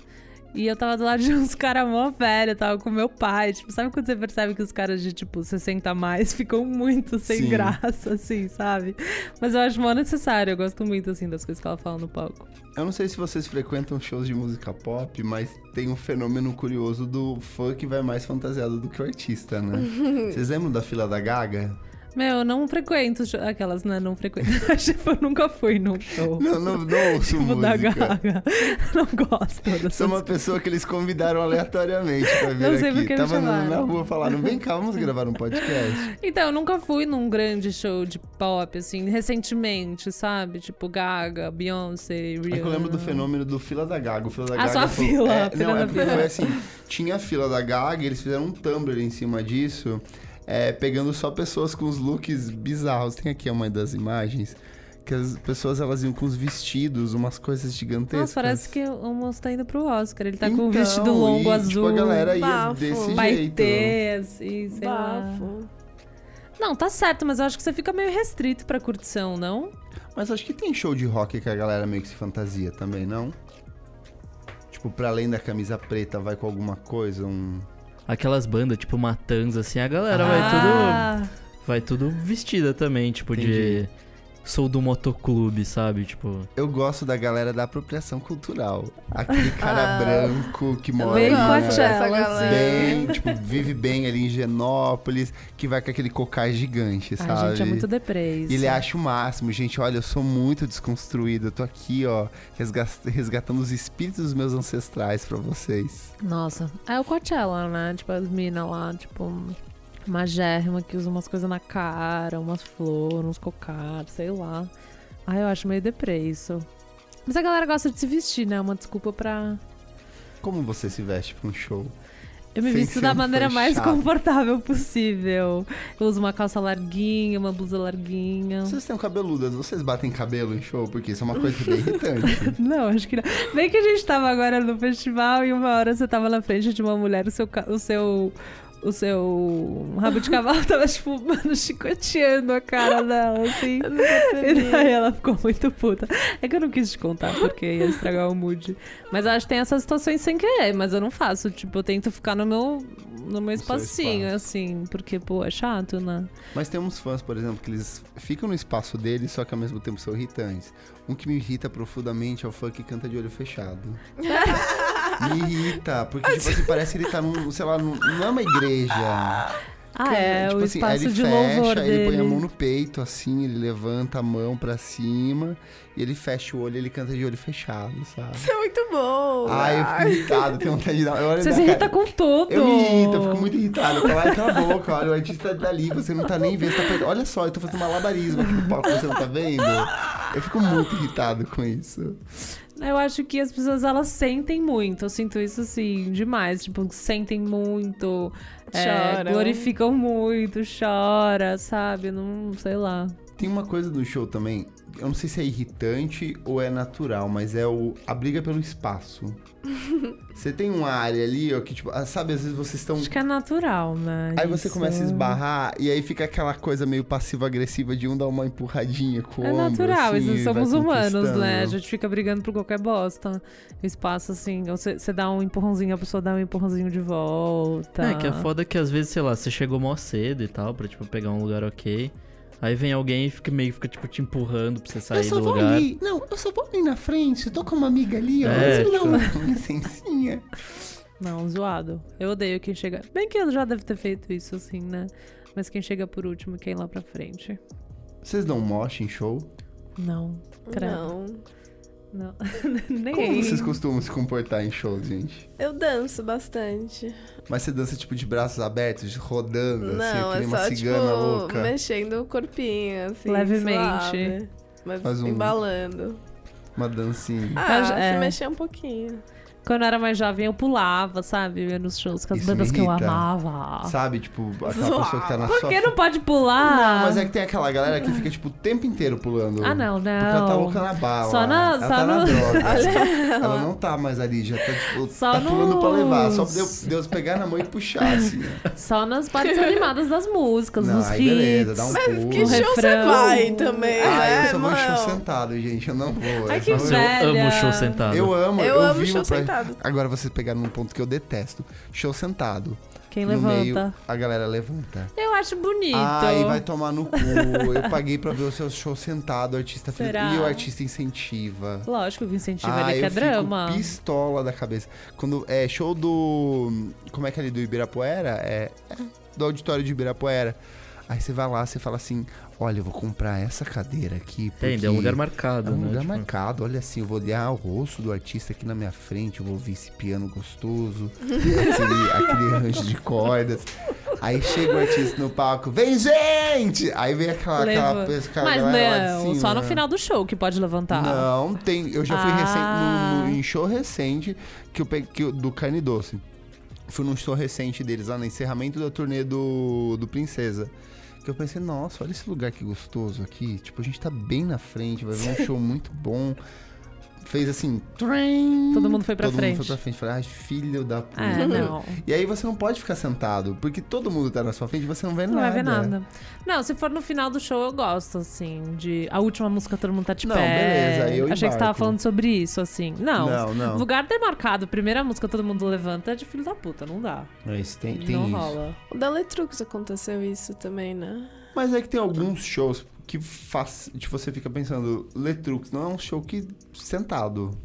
E eu tava do lado de uns caras mó velho, eu tava com meu pai. Tipo, sabe quando você percebe que os caras de, tipo, 60 a mais ficam muito sem Sim. graça, assim, sabe? Mas eu acho mó necessário, eu gosto muito, assim, das coisas que ela fala no palco. Eu não sei se vocês frequentam shows de música pop, mas tem um fenômeno curioso do fã que vai mais fantasiado do que o artista, né? Vocês lembram da fila da Gaga? Meu, eu não frequento show- aquelas, né? Não frequento. tipo, eu nunca fui num show. Não, não, não ouço tipo, da música. Gaga. Não gosto dessas Sou uma pessoa que eles convidaram aleatoriamente pra vir Não sei por aqui. que me Tava na, chamaram. na rua falaram, vem cá, vamos gravar um podcast. Então, eu nunca fui num grande show de pop, assim, recentemente, sabe? Tipo Gaga, Beyoncé, Rihanna. É que eu lembro do fenômeno do fila da Gaga. O fila da Ah, Gaga só a foi- fila, É, a fila não, é da porque fila. foi assim, tinha a fila da Gaga, eles fizeram um Tumblr em cima disso, é, pegando só pessoas com os looks bizarros. Tem aqui uma das imagens. Que as pessoas elas iam com os vestidos, umas coisas gigantescas. Nossa, parece que o moço tá indo pro Oscar. Ele tá com um Então, vestido longo e, azul. Tipo, a galera ia Bafo. desse jeito. paetê, assim, sei lá. Bafo. Não, tá certo, mas eu acho que você fica meio restrito pra curtição, não? Mas acho que tem show de rock que a galera meio que se fantasia também, não? Tipo, pra além da camisa preta, vai com alguma coisa, um... Aquelas bandas, tipo Matanza, assim, a galera vai ah, tudo. Vai tudo vestida também, tipo, Entendi. de. Sou do motoclube, sabe? Tipo. Eu gosto da galera da apropriação cultural. Aquele Ah, cara branco que mora Bem ali, Nossa, né? Coachella, essa assim. galera. Bem, tipo, vive bem ali em Genópolis, que vai com aquele cocar gigante, Ai, sabe? gente, é muito depressa. E ele acha o máximo, gente. Olha, eu sou muito desconstruído. Eu tô aqui, ó, resga- resgatando os espíritos dos meus ancestrais pra vocês. Nossa. É o Coachella, né? Tipo, as minas lá, tipo... Uma gérrima que usa umas coisas na cara, umas flores, uns cocados, sei lá. Ai, eu acho meio deprê isso. Mas a galera gosta de se vestir, né? Uma desculpa pra. Como você se veste pra um show? Eu me Sem visto ser da um maneira mais fanchado. confortável possível. Eu uso uma calça larguinha, uma blusa larguinha. Vocês têm cabeludas, vocês batem cabelo em show? Porque isso é uma coisa bem irritante. Não, acho que não. Bem que a gente tava agora no festival e uma hora você tava na frente de uma mulher, o seu. ca- O seu o seu rabo de cavalo tava, tipo, mano, chicoteando a cara dela, assim. Eu não E daí percebi. ela ficou muito puta. É que eu não quis te contar, porque ia estragar o mood. Mas eu acho que tem essas situações sem querer, mas eu não faço. Tipo, eu tento ficar no meu, no meu seu espacinho, espaço. assim. Porque, pô, é chato, né? Mas tem uns fãs, por exemplo, que eles ficam no espaço deles, só que ao mesmo tempo são irritantes. Um que me irrita profundamente é o fã que canta de olho fechado. me irrita, porque tipo assim, parece que ele tá num, sei lá, num, não é uma igreja. Ah, é, tipo o assim, aí espaço ele de fecha, louvor ele põe dele. a mão no peito, assim, ele levanta a mão pra cima, e ele fecha o olho e ele canta de olho fechado, sabe? Isso é muito bom. Ai, eu fico irritado, tenho vontade de dar. eu olho Você na se cara- irrita com tudo. eu me irrito, eu fico muito irritado. Eu falo, ai, cala a boca, olha, o artista dali, você não tá nem vendo, você tá perdendo. Olha só, eu tô fazendo malabarismo aqui no palco, você não tá vendo? Eu fico muito irritado com isso. Eu acho que as pessoas, elas sentem muito. Eu sinto isso, assim, demais. Tipo, sentem muito. é, Choram. glorificam muito, chora, sabe? Não sei lá. Tem uma coisa do show também, eu não sei se é irritante ou é natural, mas é o a briga pelo espaço. Você tem uma área ali, ó, que tipo, ah, sabe, às vezes vocês estão Acho que é natural, né? Aí você Isso. começa a esbarrar e aí fica aquela coisa meio passiva-agressiva de um dar uma empurradinha com o É ombro, natural, assim, isso e vai somos humanos, né? A conquistando. gente fica brigando por qualquer bosta. O espaço, assim, você dá um empurrãozinho, a pessoa dá um empurrãozinho de volta. É, que é foda que às vezes, sei lá, você chegou mó cedo e tal, pra, tipo, pegar um lugar ok. Aí vem alguém e fica meio que fica, tipo, te empurrando pra você Eu sair só do vou lugar. ali. Não, eu só vou ali na frente. Eu tô com uma amiga ali, ó. Você É, me dá tipo- uma licencinha. Não, zoado. Eu odeio quem chega. Bem que eu já deve ter feito isso, assim, né? Mas quem chega por último, quem lá pra frente. Vocês dão mosh em show? Não, credo. Não. Não. Nem. Como vocês costumam se comportar em show, gente? Eu danço bastante. Mas você dança, tipo, de braços abertos, rodando, assim, não, que nem é uma só, cigana tipo, louca. mexendo o corpinho, assim. Levemente. suave, mas Faz um- embalando. Uma dancinha. Ah, já- é. se mexer um pouquinho. Quando eu era mais jovem, eu pulava, sabe? Eu ia nos shows com as Isso me bandas que eu irrita. amava. Sabe, tipo, aquela Zoado. pessoa que tá na Ah. Por sua... que não pode pular? Não, mas é que tem aquela galera que fica, tipo, o tempo inteiro pulando. Ah, não, não. Porque ela tá louca na bala. Só na- ela só tá na no- droga. Olha Ela não tá mais ali, já tá, tipo, Só tá pulando pra levar. Só nos- Deus, Deus pegar na mão e puxar, assim. Só nas partes animadas das músicas, Não, nos aí hits. beleza, dá um pulo. Que show você refrão. vai também, Ah, né? eu só vou em show irmão? sentado, gente. Eu não vou. Ai, eu que só- velho. Eu amo Velha. show sentado. Eu amo, Eu eu, amo vivo show pra- sentado. Agora vocês pegaram um ponto que eu detesto. Show sentado. Quem no levanta? meio, a galera levanta. Eu acho bonito. Ai, vai tomar no cu. Eu paguei pra ver o seu show sentado, o artista fica- Será? E o artista incentiva. Lógico que o incentivo Ah, ali que eu é drama. fico pistola da cabeça. Quando é show do... Como é que é ali? Do Ibirapuera? É, é, do auditório de Ibirapuera. Aí você vai lá, você fala assim... Olha, eu vou comprar essa cadeira aqui porque... Tem, é um lugar marcado, É um né? lugar Tipo, marcado, olha assim, eu vou olhar o rosto do artista aqui na minha frente, eu vou ouvir esse piano gostoso, aquele, aquele arranjo de cordas. Aí chega o artista no palco, vem gente! Aí vem aquela, aquela Leva- pesca- Mas galera lá de não, cima. né? só no final do show que pode levantar. Não, tem. Eu já fui Tá. Ah. recente, no- no- em show recente que eu peguei que eu- do Carne Doce. Fui num show recente deles lá no encerramento da turnê do, do Princesa. Que eu pensei, nossa, olha esse lugar que gostoso aqui. Tipo, a gente tá bem na frente, vai ver um show muito bom. Fez assim, trem. Todo mundo foi pra todo frente. Mundo foi pra frente. Falei, ai, filho da puta. É, não. E aí você não pode ficar sentado, porque todo mundo tá na sua frente e você não vê Não nada. vai ver nada. Não, se for no final do show, eu gosto, assim, de... A última música, todo mundo tá de Não, pé. beleza, aí eu Achei que você tava embarco. falando sobre isso, assim. Não, Não, não. lugar demarcado, primeira música, todo mundo levanta, é de filho da puta, não dá. Mas tem, tem não isso. rola. O da Letrux aconteceu isso também, né? Mas é que tem alguns shows que faz. Tipo, você fica pensando, Letrux não é um show que sentado.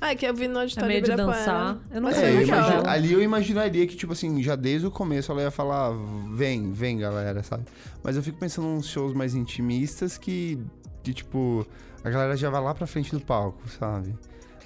Ah, é que eu vi no É auditório meio de Ibirapuera. dançar. Eu não Mas sei foi É, eu legal. imagi- ali eu imaginaria que, tipo assim, já desde o começo ela ia falar, vem, vem, galera, sabe? Mas eu fico pensando nos shows mais intimistas que, que tipo, a galera já vai lá pra frente do palco, sabe?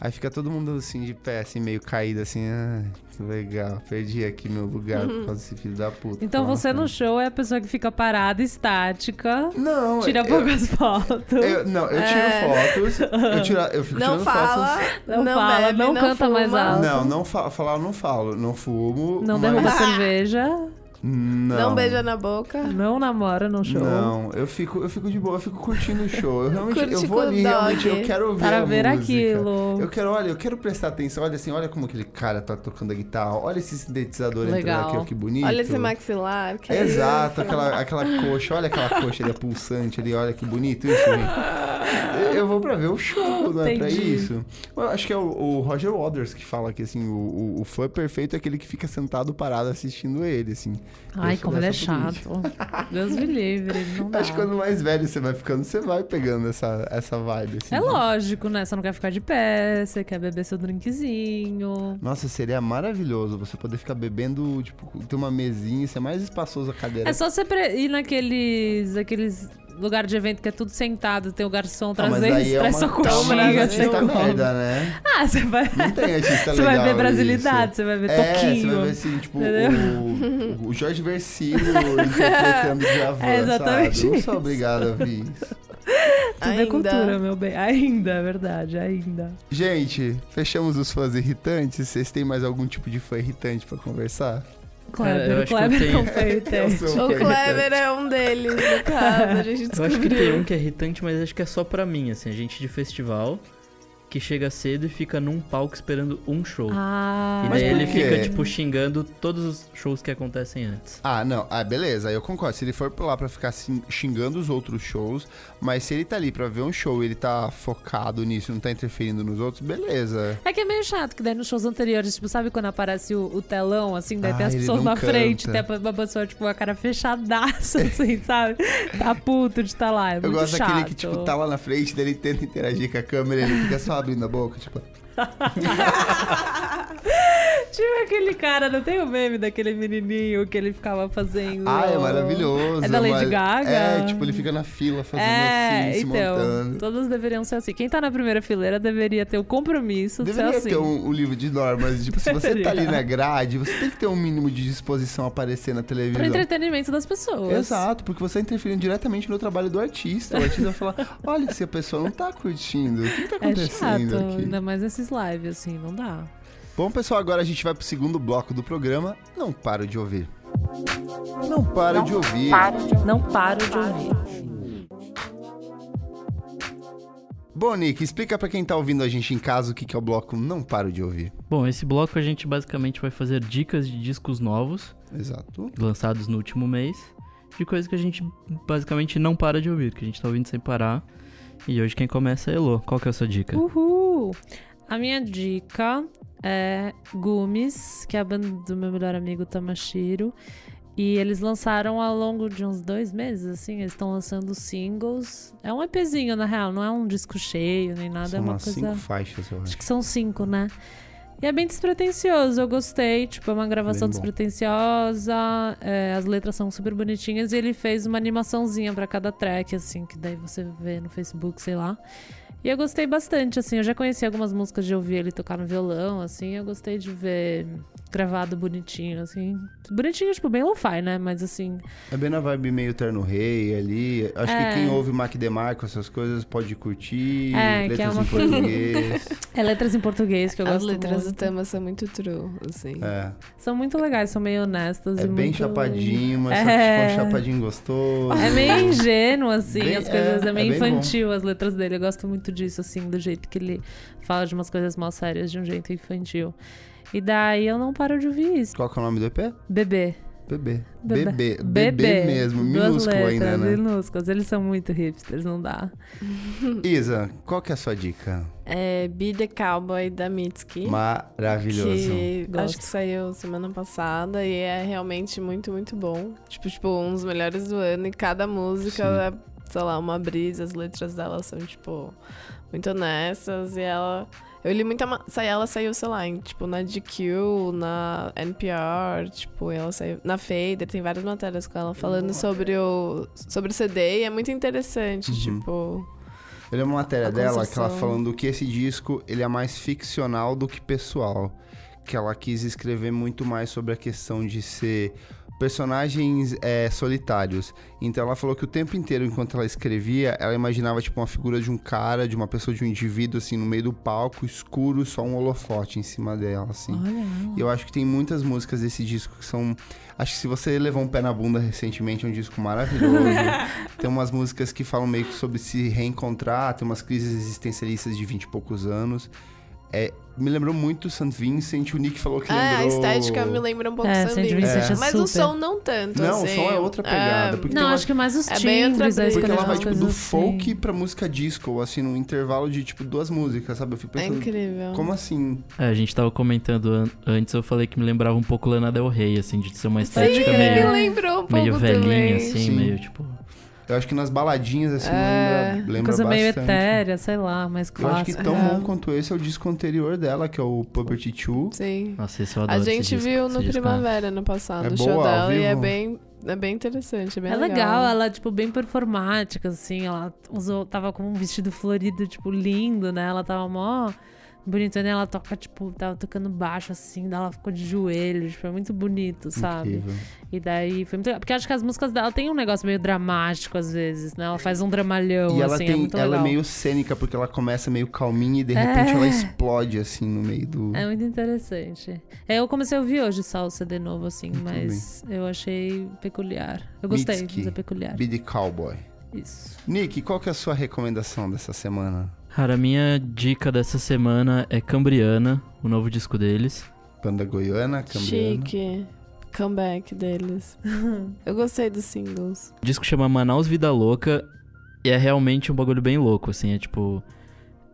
Aí fica todo mundo assim de pé, assim, meio caído, assim, ah, Legal, perdi aqui meu lugar por causa desse filho da puta. Então Nossa. você no show é a pessoa que fica parada, estática, Não, é, tira eu- poucas fotos. eu- Não, eu tiro É. fotos. Eu, tiro, eu fico Não tirando fala, fotos. Não fala, bebe, não canta fuma. mais alto. Não, não fa falar, eu não falo. Não fumo. Não mas... derruba cerveja, Não. Não beija na boca. não namora no show. Não, eu fico, eu fico de boa, eu fico curtindo o show. Eu realmente eu Curte vou com ali, o dog. realmente eu quero ouvir Para a ver música. aquilo. Eu quero, olha, eu quero prestar atenção. Olha assim, olha como aquele cara tá tocando a guitarra. Olha esse sintetizador entrando Legal. aqui, ó, que bonito. Olha esse maxilar. Que Exato, aquela, aquela coxa, olha aquela coxa ali, a pulsante ali, olha que bonito isso, gente. Eu vou pra ver o show, não é pra Entendi. isso. Eu acho que é o, o Roger Waters que fala que, assim, o, o, o fã perfeito é aquele que fica sentado parado assistindo ele, assim. Ai, Eu sou como ele é dessa política. chato. Deus me livre, não dá. Acho que quando mais velho você vai ficando, você vai pegando essa, essa vibe, assim. É Uhum. lógico, né? Você não quer ficar de pé, você quer beber seu drinkzinho. Nossa, seria maravilhoso você poder ficar bebendo, tipo, ter uma mesinha, ser mais espaçoso a cadeira. É só você pre- ir naqueles aqueles lugar de evento que é tudo sentado, tem o garçom Ah, mas trazer aí isso, traz sua coxinha, mas você artista come. né? tá merda, né? tipo, Ah, você vai, Não tem artista você vai legal ver isso. brasilidade, você vai ver É, você toquinho. vai ver assim, tipo, entendeu? o, o Jorge Versilo interpretando o Javan, É exatamente sabe? Eu Não isso. sou obrigado a ver isso. Tudo é cultura, meu bem. Ainda, é verdade, ainda. Gente, fechamos os fãs irritantes. Vocês têm mais algum tipo de fã irritante pra conversar? Cara, Kleber, eu acho que eu Kleber tenho- não foi o Eu sou teste. O fã Kleber irritante. é um deles, no caso. A gente Eu acho que tem um descobriu. que é irritante, mas acho que é só pra mim, assim. A gente de festival que chega cedo e fica num palco esperando um show. Ah, e Mas daí por ele quê? fica, tipo, xingando todos os shows que acontecem antes. Ah, não. Ah, beleza. Aí eu concordo. Se ele for lá pra ficar assim, xingando os outros shows, mas se ele tá ali pra ver um show e ele tá focado nisso, não tá interferindo nos outros, beleza. É que é meio chato que daí nos shows anteriores, tipo, sabe quando aparece o, o telão, assim, daí Ah, tem as ele pessoas não na frente, tem canta. a- uma pessoa, tipo, a cara fechadaça, assim, sabe? Tá puto de estar lá. É eu muito gosto chato. daquele que, tipo, tá lá na frente, dele tenta interagir com a câmera, ele fica só abrindo a boca, tipo. Tipo aquele cara, não tem o meme daquele menininho que ele ficava fazendo. Ah, é maravilhoso. É da Lady mas- Gaga? É, tipo, ele fica na fila fazendo é, assim, se então, montando. todos deveriam ser assim. Quem tá na primeira fileira deveria ter o compromisso de Deveria ser assim. ter um, um livro de normas. Tipo, se você tá ali na grade, você tem que ter um mínimo de disposição a aparecer na Pro televisão. entretenimento das pessoas. Exato, porque você tá interferindo diretamente no trabalho do artista. O artista vai falar: olha, se a pessoa não tá curtindo, o que tá É acontecendo chato, aqui? ainda mais nesses lives, assim, não dá. Bom, pessoal, agora a gente vai pro segundo bloco do programa. Não paro de ouvir. Não paro de ouvir. Não paro de ouvir. Bom, Nick, explica pra quem tá ouvindo a gente em casa o que, que é o bloco Não Paro de Ouvir. Bom, esse bloco a gente basicamente vai fazer dicas de discos novos, Exato. lançados no último mês, de coisas que a gente basicamente não para de ouvir, que a gente tá ouvindo sem parar. E hoje quem começa é a Elô. Qual que é a sua dica? Uh. Uhul! A minha dica é Gumes, que é a banda do meu melhor amigo Tamashiro. E eles lançaram ao longo de uns dois meses, assim, eles estão lançando singles. É um EPzinho, na real, não é um disco cheio nem nada, São é uma umas coisa. cinco faixas, eu acho. Acho que são cinco, né? E é bem despretensioso, eu gostei. Tipo, é uma gravação Bem bom. despretensiosa, é, as letras são super bonitinhas e ele fez uma animaçãozinha pra cada track, assim, que daí você vê no Facebook, sei lá. E eu gostei bastante, assim, eu já conheci algumas músicas de ouvir ele tocar no violão, assim, eu gostei de ver gravado bonitinho, assim. Bonitinho, tipo, bem lo-fi, né? Mas assim, É bem na vibe meio Terno Rei ali. Acho É. que quem ouve Mac DeMarco, essas coisas, pode curtir. É, que é letras uma em coisa- português. é letras em português que eu As gosto letras do muito. tema são muito true, assim. é. São muito legais, são meio honestas É e bem muito- chapadinho, mas É. só que, tipo, um chapadinho gostoso. É meio ingênuo, assim, Tipo, Bem- as coisas. é, É, meio é bem infantil as letras dele. Eu gosto muito disso, assim, do jeito que ele fala de umas coisas mal sérias de um jeito infantil. E daí eu não paro de ouvir isso. Qual que é o nome do EP? Bebê. Bebê. Bebê. Bebê. Bebê mesmo, Duas minúsculo letras, ainda, né? minúsculas. Eles são muito hipsters, não dá. Isa, qual que é a sua dica? É Be the Cowboy da Mitski. Maravilhoso. Que acho Gosto. que saiu semana passada e é realmente muito, muito bom. Tipo, tipo, um dos melhores do ano e cada música é, sei lá, uma brisa, as letras dela são, tipo, muito honestas e ela. Eu li muita. ma- sai- Ela saiu, sei lá, em, tipo, na GQ, na NPR, tipo, ela saiu. Na Fader, tem várias matérias com ela falando sobre o. sobre o CD e é muito interessante, Uhum. tipo. Eu lembro uma matéria A dela que construção. ela falando que esse disco ele é mais ficcional do que pessoal. que ela quis escrever muito mais sobre a questão de ser personagens é, solitários. Então ela falou que o tempo inteiro, enquanto ela escrevia, ela imaginava tipo uma figura de um cara, de uma pessoa, de um indivíduo assim no meio do palco, escuro, só um holofote em cima dela, assim. Olha. E eu acho que tem muitas músicas desse disco que são. Acho que se você levou um pé na bunda recentemente, é um disco maravilhoso. tem umas músicas que falam meio que sobre se reencontrar, tem umas crises existencialistas de vinte e poucos anos. É, me lembrou muito St. Vincent, o Nick falou que É, lembrou. a estética me lembra um pouco É, Sam Saint Vincent. Vincent é Mas o super. som não tanto, Não, o assim. som é outra pegada, É, porque tem Não, uma- acho que mais os É bem outra timbres, a brisa. Porque escolha ela das vai, tipo, coisas do assim. folk pra música disco, assim, num intervalo de, tipo, duas músicas, sabe? Eu fico É pensando, incrível. como assim? É, a gente tava comentando an- antes, eu falei que me lembrava um pouco Lana Del Rey, assim, de ser uma estética Sim, me meio, lembrou um pouco meio velhinha, também. assim, Sim. meio tipo. Eu acho que nas baladinhas, assim, É, lembra, lembra Coisa meio bastante. etérea, sei lá, mais Eu acho que clássica. tão É. bom quanto esse é o disco anterior dela, que é o Puberty 2. Sim. Nossa, esse eu A adoro. esse gente disco, viu esse no disco é- Primavera ano passado É o show boa, ao dela e é vivo? bem, é bem interessante, é bem É legal, ela, tipo, bem performática, assim. Ela usou, tava com um vestido florido, tipo, lindo, né? Ela tava mó bonitona e ela toca, tipo, tava tocando baixo, assim. Daí ela ficou de joelho, tipo, é muito bonito, sabe? Incrível. E daí foi muito legal. Porque eu acho que as músicas dela tem um negócio meio dramático, às vezes, né? Ela faz um dramalhão, E ela, assim, é tem, muito ela é legal. meio cênica, porque ela começa meio calminha e de É. repente ela explode, assim, no meio do. É muito interessante. É, eu comecei a ouvir hoje salsa de novo, assim, também. mas eu achei peculiar. Eu gostei, Mitski. mas é peculiar. Be the Cowboy. Isso. Nick, qual que é a sua recomendação dessa semana? Cara, a minha dica dessa semana é Cambriana, o novo disco deles. Panda Goiana, é Cambriana. Chique. Comeback deles. Eu gostei dos singles. O disco chama Manaus Vida Louca e é realmente um bagulho bem louco, assim, é tipo.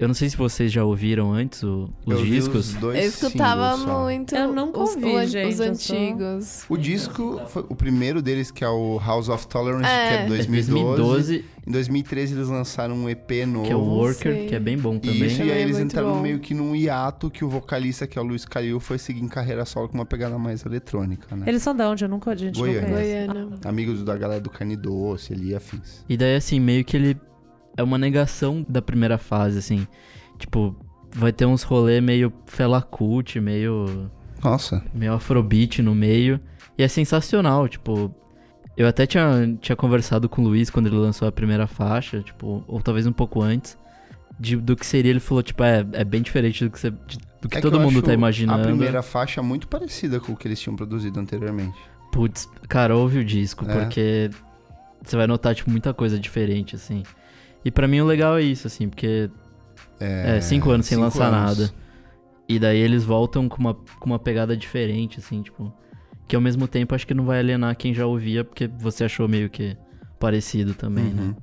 Eu não sei se vocês já ouviram antes o- os Eu vi discos. É Os dois Eu escutava singles só. muito Eu nunca os, ouvi, o an- gente, os eu sou- antigos. O disco, foi o primeiro deles, que é o House of Tolerance, É. que é de 2012. 2012, Em 2013 eles lançaram um EP novo. que é o Worker, sei. que é bem bom E também. Isso, e Também aí é eles muito entraram bom. meio que num hiato que o vocalista, que é o Luiz Calil, foi seguir em carreira solo com uma pegada mais eletrônica, né? Eles são da onde? Eu nunca, a gente Goiânia. não conhece. Goiânia. Amigos da galera do Carne Doce ali, afins. E daí, assim, meio que ele é uma negação da primeira fase, assim. Tipo, vai ter uns rolê meio felacult, meio, Nossa. meio afrobeat no meio. E é sensacional, tipo. Eu até tinha, tinha conversado com o Luiz quando ele lançou a primeira faixa, tipo, ou talvez um pouco antes, de- do que seria. Ele falou, tipo, é, é bem diferente do que, você- de- do que É todo eu mundo acho tá imaginando. A primeira faixa é muito parecida com o que eles tinham produzido anteriormente. Putz, cara, ouve o disco, É. porque você vai notar, tipo, muita coisa diferente, assim. E pra mim o legal é isso, assim, porque É, cinco anos sem cinco lançar anos. nada. E daí eles voltam com uma, com uma pegada diferente, assim, tipo. Que ao mesmo tempo acho que não vai alienar quem já ouvia, porque você achou meio que parecido também, né? Uhum.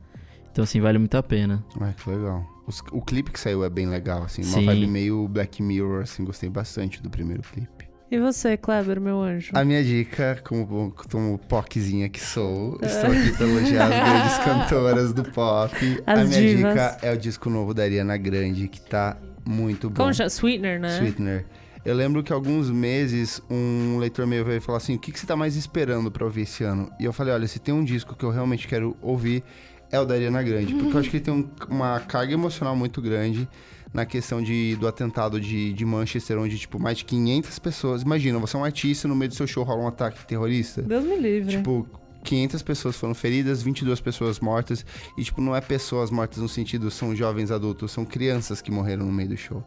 Então, assim, vale muito a pena. Ah, que legal. Os- o clipe que saiu é bem legal, assim. Uma Sim. vibe meio Black Mirror, assim. Gostei bastante do primeiro clipe. E você, Kleber, meu anjo? A minha dica, como, bom- como poquezinha que sou, É. estou aqui pra elogiar as grandes cantoras do pop. a As minha divas. dica é o disco novo da Ariana Grande, que tá muito bom. Como chama? Sweetener, né? Sweetener. Eu lembro que alguns meses um leitor meu veio falar assim: o que, que você tá mais esperando pra ouvir esse ano? E eu falei: olha, se tem um disco que eu realmente quero ouvir, é o da Ariana Grande. Porque eu acho que ele tem um- uma carga emocional muito grande na questão de, do atentado de, de Manchester, onde, tipo, mais de 500 pessoas. Imagina, você é um artista, no meio do seu show rola um ataque terrorista. Deus me livre. Tipo, 500 pessoas foram feridas, 22 pessoas mortas. E, tipo, não é pessoas mortas no sentido, são jovens adultos, são crianças que morreram no meio do show.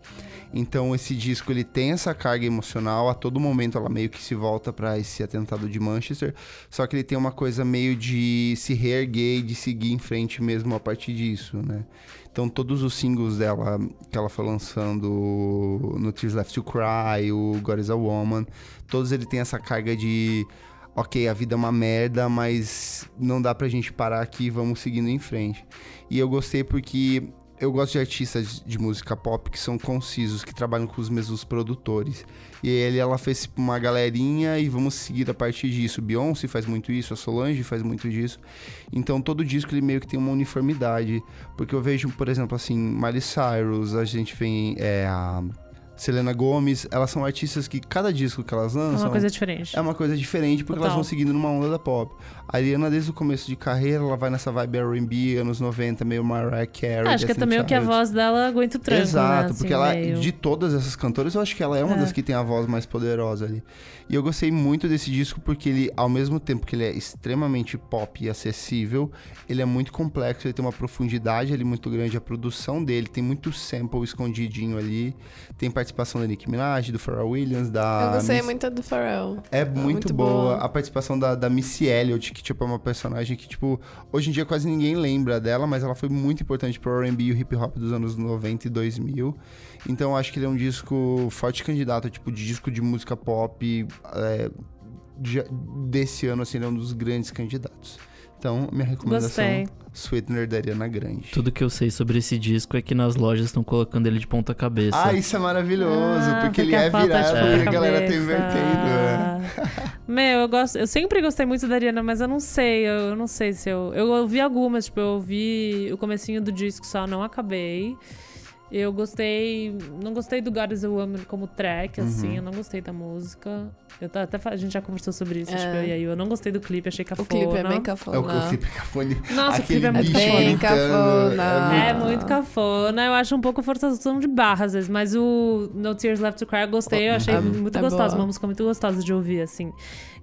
Então, esse disco, ele tem essa carga emocional. A todo momento, ela meio que se volta pra esse atentado de Manchester. Só que ele tem uma coisa meio de se reerguer e de seguir em frente mesmo a partir disso, né? Então, todos os singles dela, que ela foi lançando no Tears Left to Cry, o God is a Woman, todos ele tem essa carga de ok, a vida é uma merda, mas não dá pra gente parar aqui, vamos seguindo em frente. E eu gostei porque eu gosto de artistas de música pop que são concisos, que trabalham com os mesmos produtores. E ele, ela fez tipo, uma galerinha e vamos seguir a partir disso. Beyoncé faz muito isso, a Solange faz muito disso. Então todo disco ele meio que tem uma uniformidade. Porque eu vejo, por exemplo, assim, Miley Cyrus, a gente vem. É, a Selena Gomes, elas são artistas que cada disco que elas É lançam uma coisa diferente. é uma coisa diferente porque elas Total. vão seguindo numa onda da pop. A Ariana, desde o começo de carreira, ela vai nessa vibe R&B, anos 90, meio Mariah Carey. Acho que Destiny é também o que a Child. voz dela aguenta o tranco, Exato, né? Assim, porque ela, meio- de todas essas cantoras, eu acho que ela é uma É. das que tem a voz mais poderosa ali. E eu gostei muito desse disco porque ele, ao mesmo tempo que ele é extremamente pop e acessível, ele é muito complexo, ele tem uma profundidade ali muito grande, a produção dele tem muito sample escondidinho ali, tem participação da Nicki Minaj, do Pharrell Williams, da... Eu gostei ah, Miss- muito do Pharrell. é Tá muito, muito boa. boa. a participação da, da Missy Elliott, que tipo é uma personagem que tipo hoje em dia quase ninguém lembra dela, mas ela foi muito importante pro R&B e o hip hop dos anos 90 e 2000. Então eu acho que ele é um disco forte candidato, tipo de disco de música pop é, de- desse ano assim, ele é um dos grandes candidatos. Então, minha recomendação, Gostei. Sweetener da Ariana Grande. Tudo que eu sei sobre esse disco é que nas lojas estão colocando ele de ponta cabeça. Ah, isso é maravilhoso, Ah, porque ele a é pauta virado de e a galera tá ponta-cabeça. invertendo, né? Meu, eu gosto. Eu sempre gostei muito da Ariana, mas eu não sei. Eu, eu não sei se eu. Eu ouvi algumas, tipo, eu ouvi o comecinho do disco só, não acabei. Eu gostei. Não gostei do God is a Woman como track, Uhum. assim. Eu não gostei da música. Eu tá, até, fa- a gente já conversou sobre isso, É. tipo, eu e aí eu não gostei do clipe, achei O cafona. clipe é bem É o, o cafona. clipe cafone. Nossa, o Aquele clipe é muito bicho bem cafona. gritando, cafona. É é muito- muito cafona, eu acho um pouco forçação de barra às vezes, mas o No Tears Left to Cry eu gostei, eu achei É, muito é gostosa, boa. uma música muito gostosa de ouvir, assim.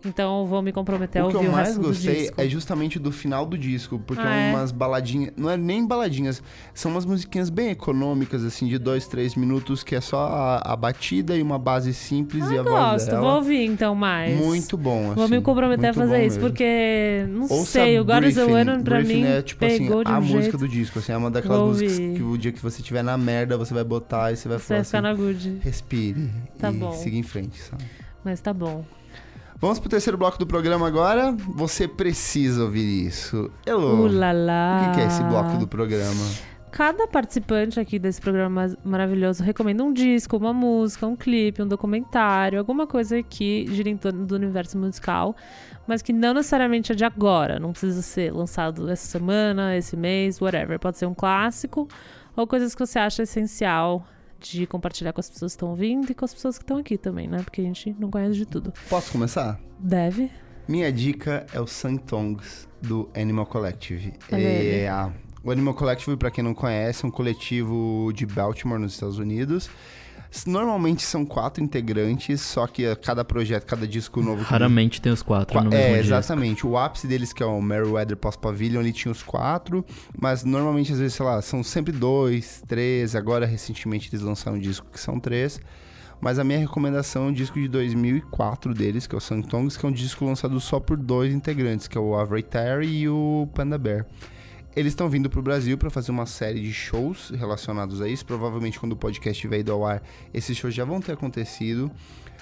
Então eu vou me comprometer a O que ouvir eu o, mais resto do gostei disco. é justamente do final do disco, porque Ah, é é? umas baladinhas. Não é nem baladinhas, são umas musiquinhas bem econômicas, assim, de dois, três minutos, que é só a, a batida e uma base simples e a voz Ah, Gosto, dela. vou ouvir então mais. Muito bom, assim. Vou me comprometer a muito fazer bom isso, mesmo. porque não Ouça sei, o God is a Briefing. Woman pra Briefing mim é, tipo pegou assim, de um a música jeito do disco, assim, é uma daquelas Vou músicas ouvir. que o dia que você estiver na merda, você vai botar e você vai que falar vai ficar assim, na good, respire Tá e bom. siga em frente, sabe? mas tá bom. Vamos pro terceiro bloco do programa agora. Você precisa ouvir isso. Elô, o Ulalá. que, que é esse bloco do programa? Cada participante aqui desse programa maravilhoso recomenda um disco, uma música, um clipe, um documentário, alguma coisa que gira em torno do universo musical, mas que não necessariamente é de agora, não precisa ser lançado essa semana, esse mês, whatever. Pode ser um clássico ou coisas que você acha essencial de compartilhar com as pessoas que estão ouvindo e com as pessoas que estão aqui também, né? Porque a gente não conhece de tudo. Posso começar? Deve? Minha dica é o Santongs do Animal Collective. Olha ele. É, a- o Animal Collective, pra quem não conhece, é um coletivo de Baltimore nos Estados Unidos. S- Normalmente são quatro integrantes, só que a cada projeto, cada disco novo. um que- Raramente tem os quatro é Qua- no é, mesmo dia. exatamente. O ápice deles, que é o Meriwether Post Pavilion, ele tinha os quatro, mas normalmente, às vezes, sei lá, são sempre dois, três. Agora, recentemente, eles lançaram um disco que são três. Mas a minha recomendação é um disco de 2004 deles, que é o Santongs, que é um disco lançado só por dois integrantes, que é o Avery Terry e o Panda Bear. Eles estão vindo pro Brasil para fazer uma série de shows relacionados a isso. Provavelmente quando o podcast tiver ido ao ar, esses shows já vão ter acontecido.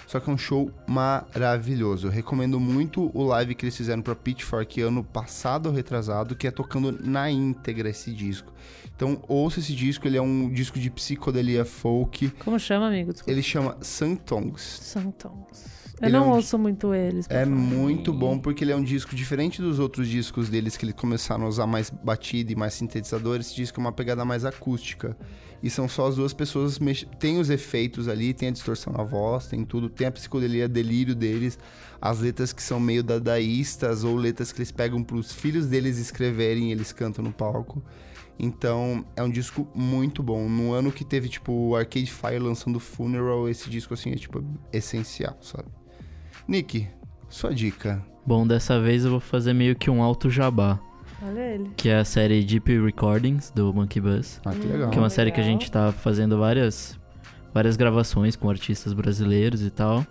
Só que é um show maravilhoso. Eu recomendo muito o live que eles fizeram pra Pitchfork ano passado ou retrasado, que é tocando na íntegra esse disco. Então, ouça esse disco, ele é um disco de psicodelia folk. Como chama, amigo? Desculpa. Ele chama Santongs. São tons. Eu Ele é não um- ouço muito eles. pra É falar. muito bom porque ele é um disco diferente dos outros discos deles que eles começaram a usar mais batida e mais sintetizador. Esse disco é uma pegada mais acústica. E são só as duas pessoas mex... tem os efeitos ali, tem a distorção na voz, tem tudo, tem a psicodelia, delírio deles, as letras que são meio dadaístas ou letras que eles pegam pros filhos deles escreverem, e eles cantam no palco. Então, é um disco muito bom. No ano que teve tipo o Arcade Fire lançando Funeral, esse disco assim é tipo essencial, sabe? Nick, sua dica. Bom, dessa vez eu vou fazer meio que um alto jabá, Olha ele. que é a série Deep Recordings do Monkey Bus. Ah, que legal. Que é uma série que a legal. gente tá fazendo várias, várias gravações com artistas brasileiros e tal.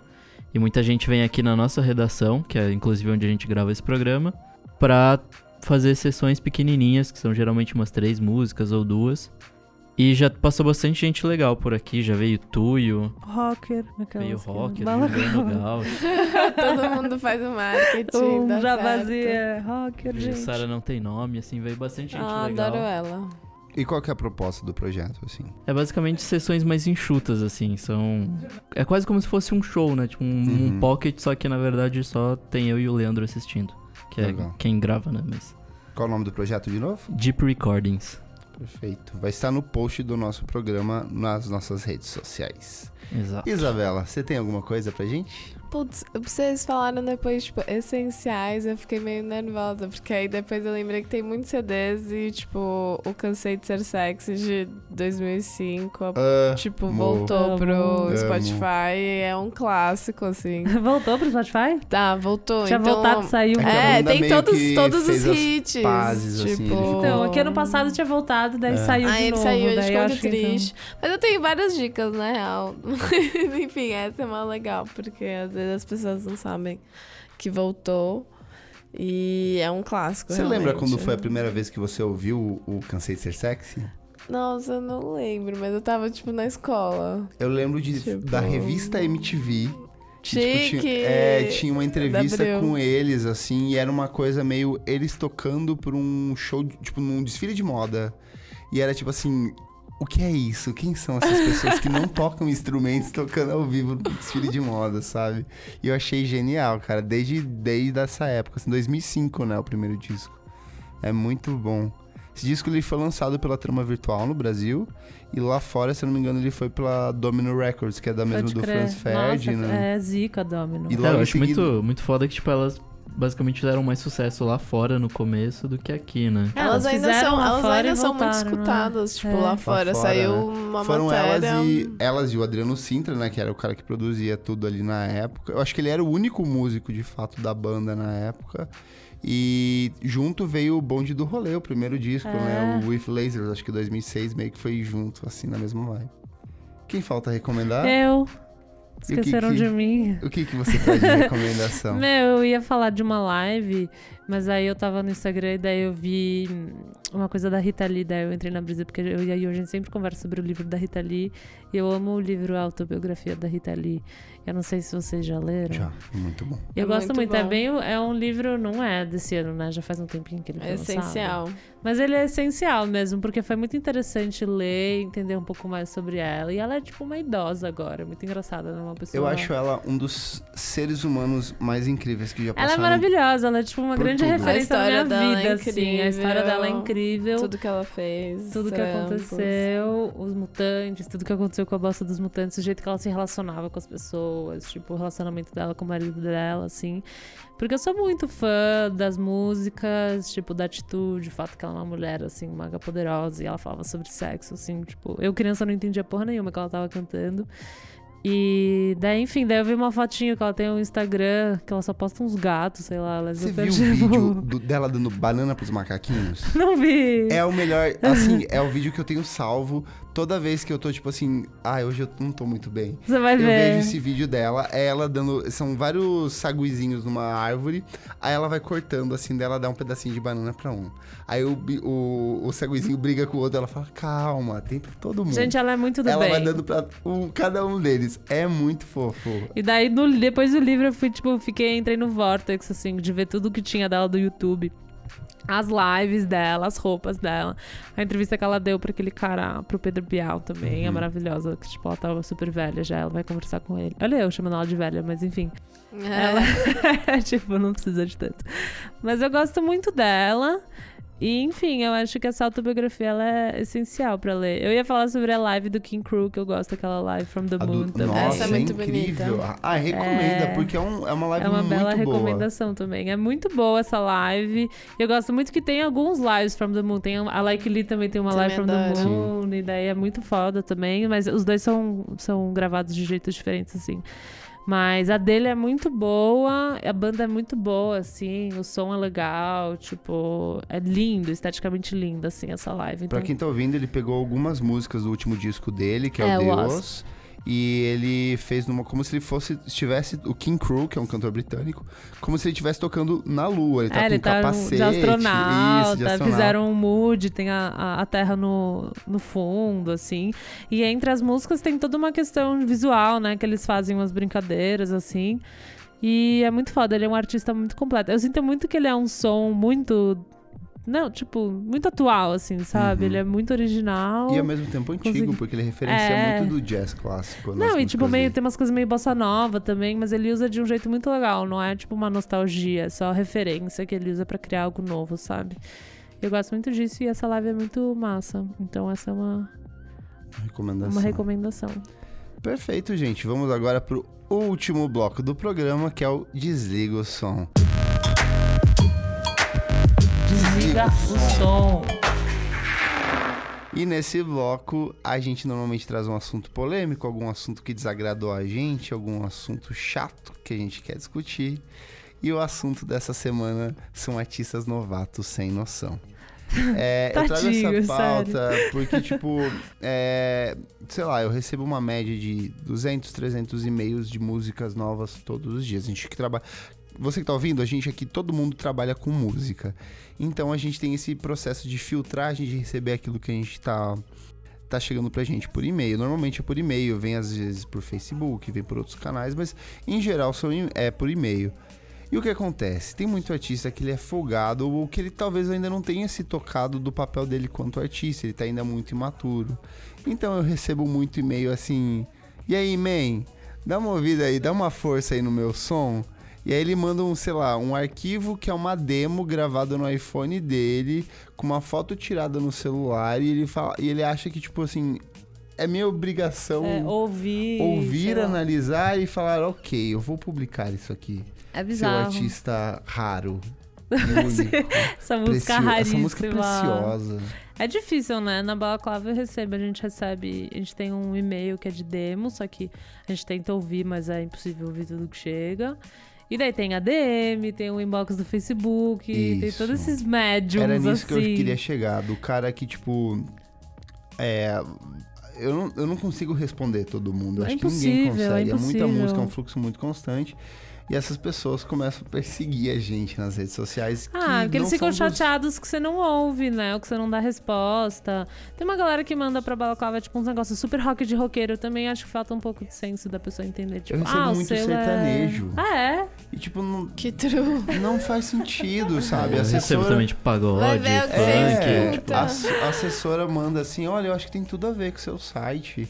E muita gente vem aqui na nossa redação, que é inclusive onde a gente grava esse programa, pra fazer sessões pequenininhas, que são geralmente umas três músicas ou duas. E já passou bastante gente legal por aqui, já veio Tuyo, Rocker. aquelas veio que- Rock, Bala- veio Legal, Todo mundo faz o marketing. Um dá jabazi certo. é rocker, veio gente. Sara Não Tem Nome, assim, veio bastante gente Ah, legal. adoro ela. E qual que é a proposta do projeto, assim? É basicamente sessões mais enxutas, assim, são... É quase como se fosse um show, né? Tipo um, um Uhum. pocket, só que na verdade só tem eu e o Leandro assistindo. Que é Legal. quem grava, né? Mas... Qual o nome do projeto de novo? Deep Recordings. Perfeito. Vai estar no post do nosso programa nas nossas redes sociais. Exato. Isabela, você tem alguma coisa pra gente? Putz, vocês falaram depois, tipo, essenciais, eu fiquei meio nervosa, porque aí depois eu lembrei que tem muitos CDs e, tipo, o Cansei de Ser Sexy de 2005, a- tipo, Amo. voltou pro Amo. Spotify e é um clássico, assim. Voltou pro Spotify? Tá, voltou, Tinha então... voltado, saiu. É que a É, banda tem meio todos, que todos os fez as hits, pazes, assim, tipo... ele ficou- Então, aqui ano passado tinha voltado, daí É. saiu de Aí Ah, ele novo. saiu, é daí ele eu ficou muito acho que, então, triste. Mas eu tenho várias dicas, na real. Enfim, essa é uma legal, porque às vezes as pessoas não sabem que voltou. E é um clássico. Você lembra realmente. quando foi a primeira vez que você ouviu o Cansei de Ser Sexy? Nossa, eu não lembro, mas eu tava, tipo, na escola. Eu lembro de, Tipo- da revista MTV. que, Chique! Tipo, tinha, é, tinha uma entrevista Abril. com eles, assim, e era uma coisa meio eles tocando por um show, de- tipo, num desfile de moda. E era tipo assim. O que é isso? Quem são essas pessoas que não tocam instrumentos tocando ao vivo no desfile de moda, sabe? E eu achei genial, cara, desde, desde essa época, assim, 2005, né, o primeiro disco. É muito bom. Esse disco ele foi lançado pela Trama Virtual no Brasil e lá fora, se eu não me engano, ele foi pela Domino Records, que é da mesma pode do crer. Franz Ferdinand. né? Nossa, é zica, Domino. E É, logo eu em acho seguida- muito, muito foda que, tipo, elas basicamente fizeram mais sucesso lá fora no começo do que aqui, né? Ah, Elas Elas ainda fizeram são, lá elas fora ainda e são muito voltaram, né? escutadas, tipo, É. lá Lá fora. fora, Saiu né? uma Foram elas matéria. e, elas e o Adriano Sintra, né? Que era o cara que produzia tudo ali na época. Eu acho que ele era o único músico, de fato, da banda na época. E junto veio o Bonde do Rolê, o primeiro disco, né? É. O With Lasers, acho que 2006, meio que foi junto, assim, na mesma vibe. Quem falta recomendar? E Eu. o que Esqueceram que- de mim. O que, que você faz de recomendação? Meu, eu ia falar de uma live, mas aí eu tava no Instagram e daí eu vi uma coisa da Rita Lee, daí eu entrei na brisa, porque eu e a Yu, a gente sempre conversa sobre o livro da Rita Lee, e eu amo o livro A Autobiografia da Rita Lee. Eu não sei se vocês já leram. Já, muito bom. Eu É gosto muito muito, é bom. bem, é um livro, não é desse ano, né? Já faz um tempinho que ele foi É lançado. essencial. Mas ele é essencial mesmo, porque foi muito interessante ler, entender um pouco mais sobre ela. E ela é tipo uma idosa agora, muito engraçada, né? Uma pessoa. Eu acho ela um dos seres humanos mais incríveis que já passaram. Ela é maravilhosa, ela é tipo uma um por grande tudo. referência A na minha história dela vida, é assim. A história incrível. dela é incrível. Tudo, Tudo que ela fez. que trampos. aconteceu, os mutantes, tudo que aconteceu com a bosta dos mutantes, o jeito que ela se relacionava com as pessoas, tipo, o relacionamento dela com o marido dela, assim. Porque eu sou muito fã das músicas, tipo, da atitude, o fato que ela é uma mulher, assim, maga poderosa, e ela falava sobre sexo, assim, tipo, eu criança não entendia porra nenhuma que ela tava cantando. E daí, enfim, daí eu vi uma fotinho que ela tem no Instagram, que ela só posta uns gatos, sei lá, ela é Você super viu o tipo- vídeo do- dela dando banana pros macaquinhos? Não vi. É o melhor, assim, é o vídeo que eu tenho salvo toda vez que eu tô, tipo assim, ah, hoje eu não tô muito bem. Você vai Eu ver. vejo esse vídeo dela, é ela dando. São vários saguizinhos numa árvore. Aí ela vai cortando, assim, dela dá um pedacinho de banana pra um. Aí o, bi- o, o saguizinho briga com o outro, ela fala, calma, tem pra todo mundo. Gente, ela é muito do ela bem. vai dando pra um- cada um deles. É muito fofo. E daí, no- depois do livro, eu fui, tipo, fiquei, entrei no Vortex, assim, de ver tudo que tinha dela do YouTube. As lives dela, as roupas dela. A entrevista que ela deu pra aquele cara, pro Pedro Bial também, Uhum. é maravilhosa. Que, tipo, ela tava super velha já, ela vai conversar com ele. Olha eu chamando ela de velha, mas enfim. É. Ela, tipo, não precisa de tanto. Mas eu gosto muito dela. E, enfim, eu acho que essa autobiografia ela é essencial pra ler. Eu ia falar sobre a live do King Crew, que eu gosto daquela live From the A do- Moon também. Nossa, Essa é é, muito incrível. bonita. Ah, recomenda, É. porque é, um- é uma live É uma muito bela boa. recomendação também. É muito boa essa live. Eu gosto muito que tem alguns lives From the Moon. Tem um, a Like Lee também tem uma Também live From the adoro. Moon. E daí é muito foda também. Mas os dois são, são gravados de jeitos diferentes, assim. Mas a dele é muito boa, a banda é muito boa, assim, o som é legal, tipo, é lindo, esteticamente lindo, assim, essa live. Então, Pra quem tá ouvindo, ele pegou algumas músicas do último disco dele, que é, É, o Lost. Deus. E ele fez numa. Como se ele fosse. Estivesse. O King Crew, que é um cantor britânico, como se ele estivesse tocando na Lua. Ele tá é, com ele um tá um- capacete. de astronauta, isso, de astronauta. fizeram um mood, tem a, a, a terra no, no fundo, assim. E entre as músicas tem toda uma questão visual, né? Que eles fazem umas brincadeiras, assim. E é muito foda, ele é um artista muito completo. Eu sinto muito que ele é um som muito. Não, tipo, muito atual, assim, sabe? Uhum. Ele é muito original. E ao mesmo tempo antigo, Consegui. porque ele referencia É. muito do jazz clássico. nas Não, e músicas tipo, meio, dele. tem umas coisas meio bossa nova também, mas ele usa de um jeito muito legal, não é tipo uma nostalgia, é só referência que ele usa pra criar algo novo, sabe? Eu gosto muito disso e essa live é muito massa. Então essa é uma, Recomendação. uma recomendação. Perfeito, gente. Vamos agora pro último bloco do programa, que é o Desliga o Som. Desliga o som. E nesse bloco, a gente normalmente traz um assunto polêmico, algum assunto que desagradou a gente, algum assunto chato que a gente quer discutir. E o assunto dessa semana são artistas novatos sem noção. É, eu trago Tadinho, essa pauta porque, tipo, é, sei lá, eu recebo uma média de 200, 300 e-mails de músicas novas todos os dias. A gente que trabalha. Você que tá ouvindo, a gente aqui, todo mundo trabalha com música. Então a gente tem esse processo de filtragem, de receber aquilo que a gente tá, tá chegando pra gente por e-mail. Normalmente é por e-mail, vem às vezes por Facebook, vem por outros canais, mas em geral são, em- é por e-mail. E o que acontece? Tem muito artista que ele é folgado ou que ele talvez ainda não tenha se tocado do papel dele quanto artista, ele tá ainda muito imaturo. Então eu recebo muito e-mail assim: "E aí, man, dá uma ouvida aí, dá uma força aí no meu som". E aí ele manda um, sei lá, um arquivo que é uma demo gravada no iPhone dele, com uma foto tirada no celular e ele fala, e ele acha que tipo assim, é minha obrigação É, ouvir. né? ouvir, sei lá. analisar e falar, OK, eu vou publicar isso aqui É seu bizarro. artista raro. único, Essa música precio- Essa raríssima. música é preciosa. É difícil, né? Na balaclava eu recebo, a gente recebe, a gente tem um e-mail que é de demo, só que a gente tenta ouvir, mas é impossível ouvir tudo que chega. E daí tem a DM, tem o inbox do Facebook, tem Isso. todos esses médiums Era nisso assim. que eu queria chegar. Do cara que, tipo. É. Eu não, eu não consigo responder todo mundo. Eu É acho que ninguém impossível, é consegue. É muita impossível. música, é um fluxo muito constante. E essas pessoas começam a perseguir a gente nas redes sociais. Ah, que porque não eles ficam são dos- chateados que você não ouve, né? Ou que você não dá resposta. Tem uma galera que manda pra balaclava, tipo, uns negócios super rock de roqueiro. Eu também acho que falta um pouco de senso da pessoa entender. Tipo, recebo ah, o muito seu é- sertanejo. Ah, é? E, tipo, não, Que true. não faz sentido, sabe? Eu A recebo assessora- também, tipo, Vai pagode, ver o que funk. você É, escuta. tipo, a ass- a assessora manda assim, olha, eu acho que tem tudo a ver com o seu site.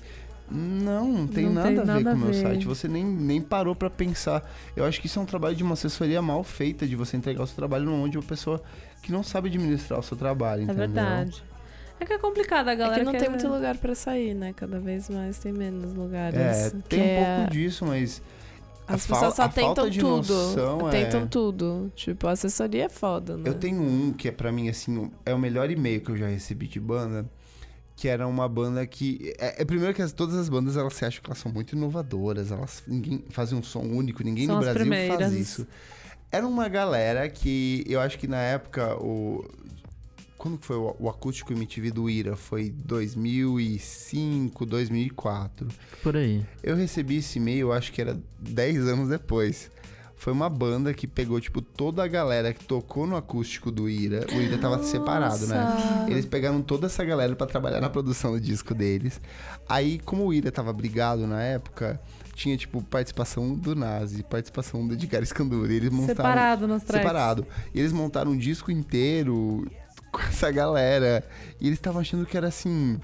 Não, não tem Não nada tem a ver nada a com o meu ver. site. Você nem, nem parou pra pensar. Eu acho que isso é um trabalho de uma assessoria mal feita, de você entregar o seu trabalho numa mão de uma pessoa que não sabe administrar o seu trabalho, É entendeu? verdade. É que é complicado a É galera. que não quer- tem muito lugar pra sair, né? Cada vez mais tem menos lugares. É, que tem um é- pouco disso, mas a As fal- pessoas só a falta tentam de tudo. noção é- Tentam tudo. Tipo, a assessoria é foda, né? Eu tenho um que é pra mim assim, um- é o melhor e-mail que eu já recebi de banda, que era uma banda que é, é primeiro que as- todas as bandas elas se acham que elas são muito inovadoras, elas ninguém fazem um som único, ninguém São no as Brasil faz primeiras. isso. Era uma galera que eu acho que na época o quando que foi o, o acústico MTV do Ira? Foi 2005, 2004. tipo, Por aí. Eu recebi esse e-mail, acho que era 10 anos depois. Foi uma banda que pegou, tipo, toda a galera que tocou no acústico do Ira. O Ira tava separado, né? Eles pegaram toda essa galera pra trabalhar na produção do disco deles. Aí, como o Ira tava brigado na época, tinha, tipo, participação do Nazi, participação do Edgar Scanduri. Eles montaram Separado nos tracks. separado. E eles montaram um disco inteiro com essa galera. E eles estavam achando que era assim.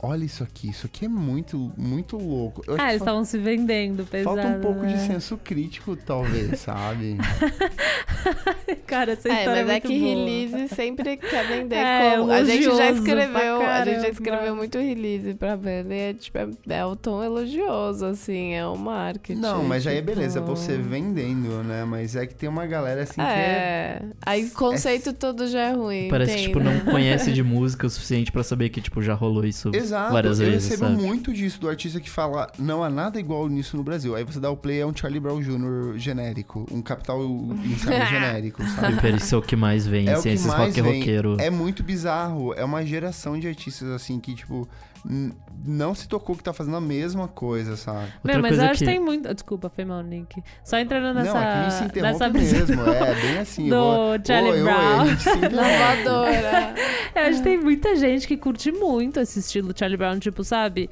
Olha isso aqui, isso aqui é muito, muito louco. Eu acho Ah, que eles fal- estavam se vendendo pesado. falta um pouco né? de senso crítico, talvez, sabe? Cara, essa É, história mas é, é muito que boa. release sempre quer vender É, como. A gente já elogioso pra escreveu, a gente já caramba. escreveu muito release pra banda e é, tipo, é, é o tom elogioso, assim, é o marketing. Não, mas aí é tipo. beleza, você vendendo, né? Mas é que tem uma galera assim que é. É. Aí o conceito todo já é ruim. Parece que, entende? tipo, não conhece de música o suficiente pra saber que, tipo, já rolou isso Exato, várias eu vezes, recebo sabe? muito disso do artista que fala, não há nada igual nisso no Brasil. Aí você dá o play, é um Charlie Brown Jr. genérico, um Capital Inicial genérico, sabe? E, pera, Isso é o que mais vem, É o assim, que esses mais rock vem. roqueiro. É muito bizarro. É uma geração de artistas, assim, que, tipo, n- não se tocou que tá fazendo a mesma coisa, sabe? Outra Meu, mas coisa é eu acho que... é que tem muito. Desculpa, foi mal, Nick. Só entrando nessa. não, é aqui se interrompe nessa brisa mesmo. É bem assim. do eu vou- Charlie oi, oi, Brown. a gente se interrompe. Inovadora. Eu acho que tem muita gente que curte muito esse estilo Charlie Brown, tipo, sabe?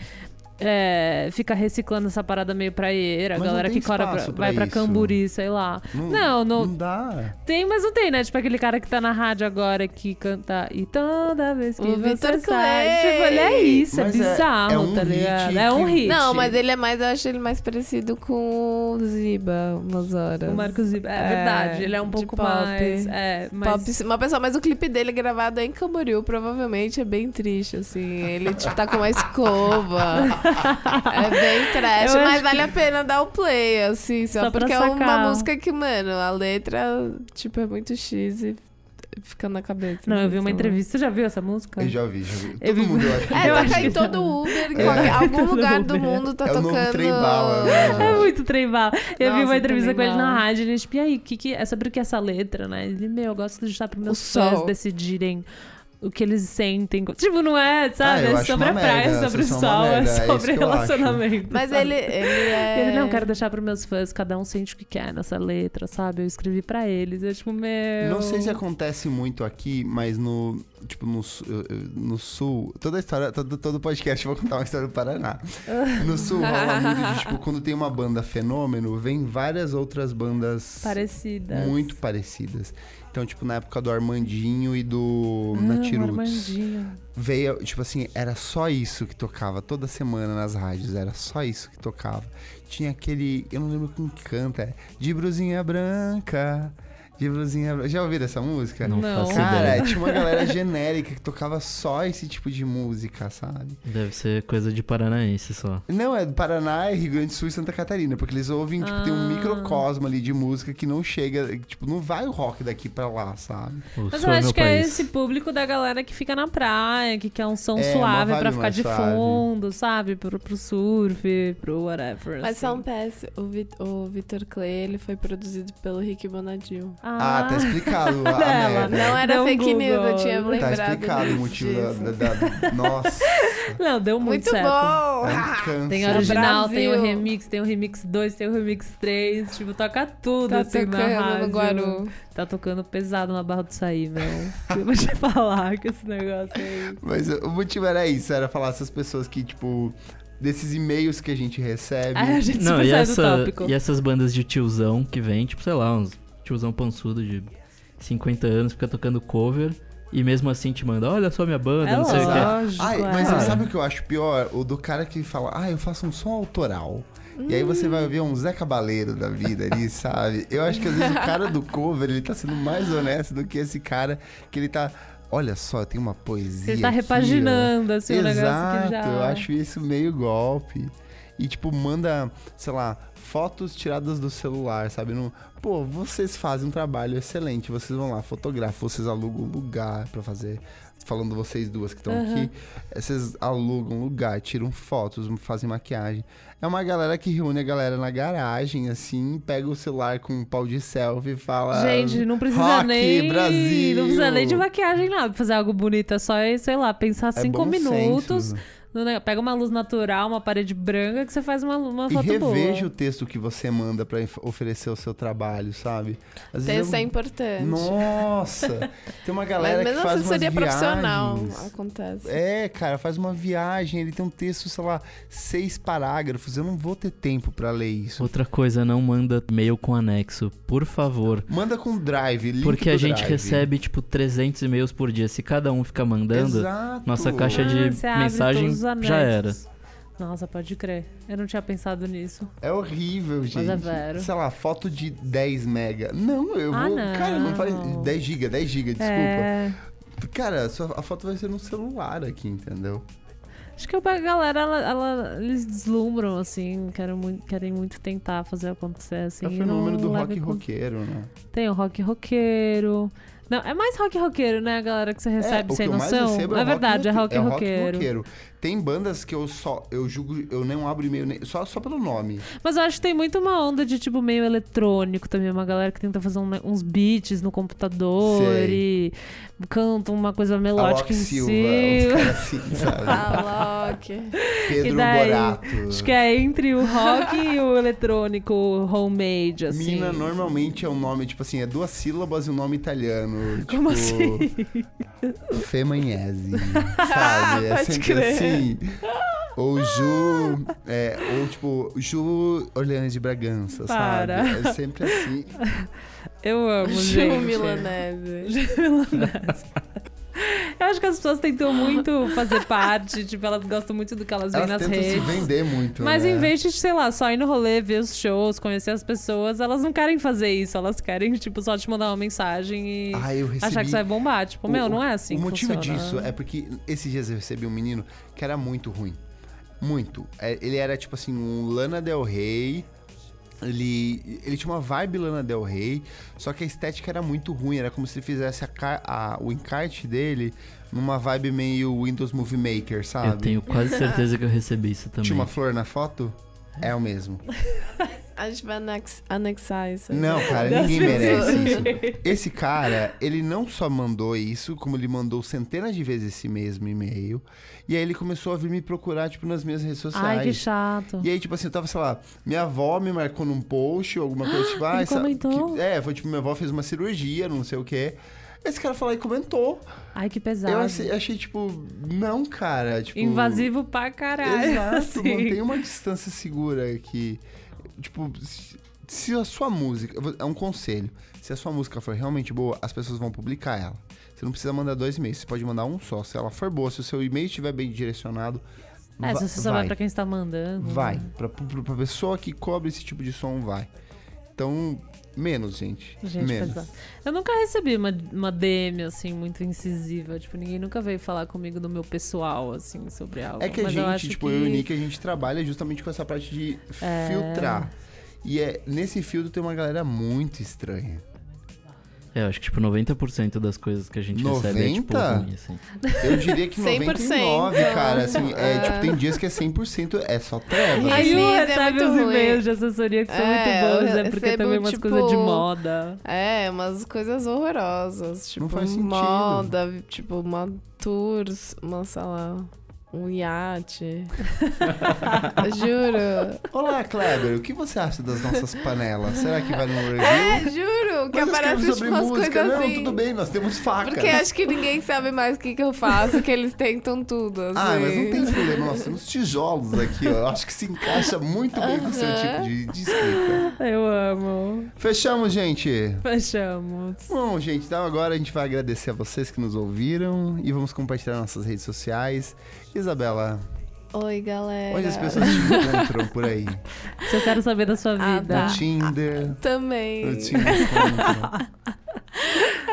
é, fica reciclando essa parada meio praieira, a Mas não galera tem que cora pra- espaço pra vai pra isso. Camburi, sei lá. Não, não, Não dá. tem, mas não tem, né? Tipo aquele cara que tá na rádio agora que canta. E toda vez que O você sai. Vitor Clay. Tipo, olha isso, Mas é é- bizarro, é um tá hit ligado? que- É um hit. Não, mas ele é mais, eu acho ele mais parecido com o Ziba, umas horas. O Marcos Ziba, é, É, verdade, ele é um de pouco pop. mais. É, mas. Pop, uma pessoa, mas o clipe dele gravado em Camboriú provavelmente é bem triste, assim. Ele tipo, tá com uma escova. é bem trash, Eu mas acho vale a pena dar o play, assim, só, Só pra porque é sacar. uma música que, mano, a letra, tipo, é muito X e fica na cabeça. Não, eu assim, vi uma sei lá. entrevista. Você já viu essa música? Eu já ouvi, já ouvi. Todo Eu vi- tá mundo eu acho que É, Eu já toca ouviu. em todo Uber, em É. qualquer- algum Todo lugar do Uber. mundo tá É o novo tocando. trem bala, né? É muito trembal. Eu vi Nossa, uma entrevista com ele trembala. na rádio, ele tipo, e aí, que que é sobre o que é essa letra, né? Ele, meu, eu gosto de deixar para meus O fãs sol. decidirem o que eles sentem. Tipo, não é, sabe? Ah, eu é acho sobre a uma praia, merda, é sobre o vocês são uma sol, é merda, é isso sobre que eu acho. relacionamento. Mas sabe? ele, ele é. Ele, não, quero deixar pros meus fãs, cada um sente o que quer nessa letra, sabe? Eu escrevi pra eles. Eu, tipo, meu. Não sei se é acontece muito aqui, mas no. Tipo, no, su- eu- eu- no sul. Toda a história. Todo, todo podcast eu vou contar uma história do Paraná. No sul rola muito de, tipo, quando tem uma banda fenômeno, vem várias outras bandas Parecida. muito parecidas. Então, tipo, na época do Armandinho e do Ah, o Natiruts. Armandinho. veio, tipo assim, era só isso que tocava toda semana nas rádios, era só isso que tocava. Tinha aquele, eu não lembro quem canta, é de brusinha branca, de brusinha branca. Já ouviram essa música? Não, Não. faço Cara, ideia. tinha uma galera genérica que tocava só esse tipo de música, sabe? Deve ser coisa de paranaense só. Não, é do Paraná, é Rio Grande do Sul e Santa Catarina, porque eles ouvem, tipo, tem um Ah. microcosmo ali de música que não chega, tipo, não vai o rock daqui pra lá, sabe? O Mas sul eu é acho meu que é país. esse público da galera que fica na praia, que quer um som É, uma suave vibe pra ficar mais de suave. fundo, sabe? Pro, pro surf, pro whatever. Mas assim. só um PS, o, Vit- o Vitor Clay, ele foi produzido pelo Rick Bonadil. Ah, tá explicado. a merda. Dela, Não era Deu um fake news, eu Google. tinha Tá É. Tá lembrado. explicado o motivo da, disso. da- da- Nossa. Não, deu muito, Muito É certo. bom! um câncer. Tem o original, tem o Brasil. remix, tem o remix 2, tem o remix 3. Tipo, toca tudo Tá assim na tocando rádio. no Guaru. Tá tocando pesado na barra do sair, meu. Eu vou te falar que esse negócio aí. Mas o motivo era isso, era falar essas pessoas que, tipo, desses e-mails que a gente recebe. Ai, a gente É Não, super e, sai do essa- tópico. e essas bandas de tiozão que vem, tipo, sei lá, uns tiozão pançudo de 50 anos, fica tocando cover e mesmo assim te manda, olha só minha banda, é não sei o que. lógico, Ai, é. mas Claro. sabe o que eu acho pior? O do cara que fala, ah, eu faço um som autoral. E aí você Hum. vai ver um Zé Cabaleiro da vida ali, sabe? Eu acho que às vezes o cara do cover, ele tá sendo mais honesto do que esse cara que ele tá. Olha só, tem uma poesia. Ele tá aqui, ó." repaginando, assim, o negócio que Exato, já... eu acho isso meio golpe. E, tipo, manda, sei lá, fotos tiradas do celular, sabe? Não, pô, vocês fazem um trabalho excelente, vocês vão lá, fotografam, vocês alugam um lugar pra fazer. Falando vocês duas que estão aqui, eh, vocês alugam um lugar, tiram fotos, fazem maquiagem. É uma galera que reúne a galera na garagem, assim, pega o celular com um pau de selfie e fala. Gente, não precisa é "Rock, nem. Brasil. Não precisa nem de maquiagem, nada. Pra fazer algo bonito. É só, sei lá, pensar É cinco bom senso, minutos. né? no neg- Pega uma luz natural, uma parede branca, que você faz uma, uma E foto boa. reveja o texto que você manda pra inf- oferecer o seu trabalho, sabe? Às Texto é eu- importante. Nossa! Tem uma galera Mas mesmo que faz assessoria umas viagens. profissional acontece. É, cara, faz uma viagem, ele tem um texto, sei lá, seis parágrafos. Eu não vou ter tempo pra ler isso. Outra coisa, não manda e-mail com anexo, por favor. Manda com drive, link Porque a do gente drive. recebe, tipo, 300 e-mails por dia. Se cada um ficar mandando, Exato. nossa caixa de- Ah, você abre mensagem, todos os anexos. já era. Nossa, pode crer. Eu não tinha pensado nisso. É horrível, gente. é vero. Sei lá, foto de 10 mega. Não, eu Ah, vou. não. Cara, não faz. 10 giga, 10 giga, desculpa. É. Cara, sua- a foto vai ser no celular aqui, entendeu? Acho que a galera, ela, ela- eles deslumbram, assim, querem muito, querem muito tentar fazer acontecer, assim. É o e fenômeno não do leva rock em conta. roqueiro, né? Tem o rock roqueiro. Não, é mais rock roqueiro, né, a galera que você recebe É, o sem que eu mais noção? recebo é rock verdade, é rock roque- roqueiro. roqueiro. Tem bandas que eu só. Eu julgo. Eu não abro e-mail. nem- Só, só pelo nome. Mas eu acho que tem muito uma onda de, tipo, meio eletrônico também. Uma galera que tenta fazer um ne- uns beats no computador e canta uma coisa Alok melódica em Silva. cima. Os caras assim, sabe? Ah, Loki. Pedro daí? Borato. Acho que é entre o rock e o eletrônico homemade, assim. Mina normalmente é um nome, tipo assim, é duas sílabas e um nome italiano. tipo, Como assim? Femanhese. Sabe? É Pode sempre crer. assim. Ou Ju. é, ou tipo, Ju Orleans de Bragança, Para. sabe? É sempre assim. Eu amo, gente. Ju Milanese. Milanese. Eu acho que as pessoas tentam muito fazer parte, tipo, elas gostam muito do que elas veem Elas nas tentam se redes. vender muito. Mas né? em vez de, sei lá, só ir no rolê, ver os shows, conhecer as pessoas, elas não querem fazer isso. Elas querem, tipo, só te mandar uma mensagem e Ah, eu recebi... achar que você vai bombar. Tipo, O- meu, o- não é assim. O que motivo funciona. disso é porque esses dias eu recebi um menino que era muito ruim. Muito. É, Ele era tipo assim, um Lana Del Rey. Ele, ele tinha uma vibe Lana Del Rey, só que a estética era muito ruim. Era como se ele fizesse a ca- a- o encarte dele numa vibe meio Windows Movie Maker, sabe? Eu tenho quase certeza que eu recebi isso também. Tinha uma flor na foto? É o mesmo. A gente vai anex- anexar isso. aí. Não, cara, Das ninguém pessoas. merece isso. Esse cara, ele não só mandou isso, como ele mandou centenas de vezes esse mesmo e-mail. E aí ele começou a vir me procurar, tipo, nas minhas redes sociais. Ai, que chato. E aí, tipo assim, eu tava, sei lá, minha avó me marcou num post, alguma coisa, tipo, ah, essa- comentou? que- é, foi tipo, minha avó fez uma cirurgia, não sei o quê. Esse cara falou e comentou. Ai, que Eu pesado. achei, achei, tipo, não, cara. Tipo, Invasivo pra caralho. Exato, assim. mantém uma distância segura aqui. Tipo, se- se a sua música. eu vou- É um conselho. Se a sua música for realmente boa, as pessoas vão publicar ela. Você não precisa mandar dois e-mails, você pode mandar um só. Se ela for boa, se o seu e-mail estiver bem direcionado. É, um va- se você saber vai, pra quem você tá mandando. vai. Pra, pra, pra pessoa que cobre esse tipo de som, vai. Então, menos, gente. Gente, menos. pesado. Eu nunca recebi uma, uma DM, assim, muito incisiva. Tipo, ninguém nunca veio falar comigo do meu pessoal, assim, sobre algo. É que a Mas eu acho gente, tipo, que... eu e o Nick, a gente trabalha justamente com essa parte de É. filtrar. E é, nesse filtro tem uma galera muito estranha. É, eu acho que tipo 90% das coisas que a gente recebe é tipo 90? ruim, assim. Eu diria que 100%. 99, cara. Assim, é, É. tipo, tem dias que é 100%, é só treva. A Ai, Ju Sim, é recebe muito os ruim. e-mails de assessoria que são É, muito bons, eu é porque recebo, também umas tipo, coisas de moda. É, umas coisas horrorosas. Tipo, faz sentido. moda, tipo, uma tours, uma, sei lá, um iate. Eu Juro. Olá, Kleber, o que você acha das nossas panelas? Será que vai no review? É, juro, que Mas eu aparece escrevo tipo, umas coisas Não, assim. tudo bem, nós temos faca. Porque é assim. acho que ninguém sabe mais o que, que eu faço, que eles tentam tudo. Assim. Ah, mas não tem problema, nós temos tijolos aqui, ó. Eu acho que se encaixa muito bem com o seu tipo Aham. de, de escrita. Eu amo. Fechamos, gente. Fechamos. Bom, gente, então agora a gente vai agradecer a vocês que nos ouviram e vamos compartilhar nossas redes sociais. Isabela, Oi, galera. onde as pessoas te encontram por aí? Se eu quero saber da sua Ah, vida. No tá. Tinder? Também. No Tinder? como?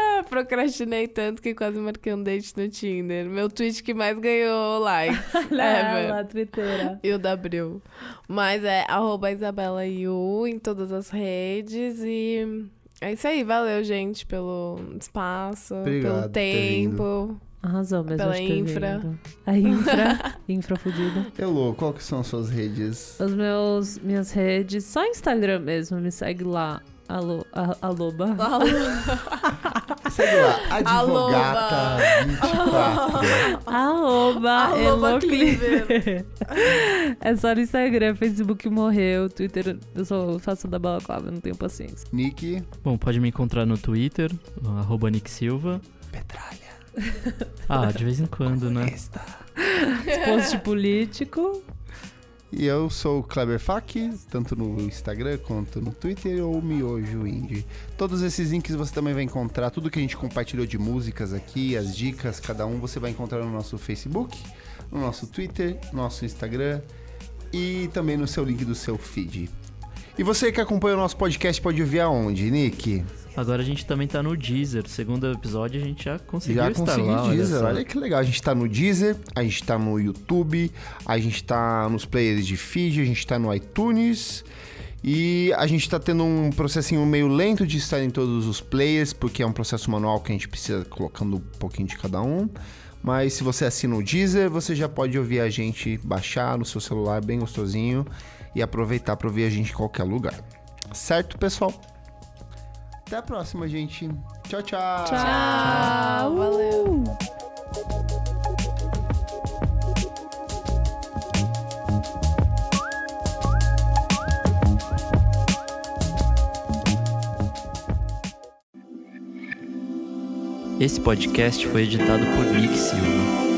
Ah, Procrastinei tanto que quase marquei um date no Tinder. Meu tweet que mais ganhou likes. Olha ever. ela, Twitter. E o da Abril. Mas é arroba Isabela Yu em todas as redes. E é isso aí. Valeu, gente, pelo espaço, Obrigado por ter pelo tempo. Arrasou mesmo. Pela de ter infra. vindo. A infra. infra fudida. Elô, qual que são as suas redes? Os meus, minhas redes, só Instagram mesmo, me segue lá. Alô, a, a loba. Segue lá, Alô, advogata24. Arroba Arroba Elo Cleaver. Cleaver. É só no Instagram, Facebook morreu, Twitter eu só faço da balaclava, não tenho paciência. Nick Bom, pode me encontrar no Twitter, no arroba Nick Silva. Petralha. Ah, de vez em quando, né? Esta. Post político. E eu sou o Kleber Fak, tanto no Instagram quanto no Twitter ou Miojo Indie. Todos esses links você também vai encontrar, tudo que a gente compartilhou de músicas aqui, as dicas, cada um, você vai encontrar no nosso Facebook, no nosso Twitter, no nosso Instagram e também no seu link do seu feed. E você que acompanha o nosso podcast pode ouvir aonde, Nick? Agora a gente também tá no Deezer. Segundo episódio a gente já conseguiu Já estar consegui lá. olha Deezer, só. olha, que legal. A gente tá no Deezer, a gente tá no YouTube, a gente tá nos players de feed, a gente tá no iTunes. E a gente tá tendo um processinho meio lento de estar em todos os players, porque é um processo manual que a gente precisa colocando um pouquinho de cada um. Mas se você assina o Deezer, você já pode ouvir a gente baixar no seu celular bem gostosinho e aproveitar pra ouvir a gente em qualquer lugar. Certo, pessoal? Até a próxima, gente. Tchau, tchau. Tchau. Tchau, valeu. Uh! Esse podcast foi editado por Nick Silva.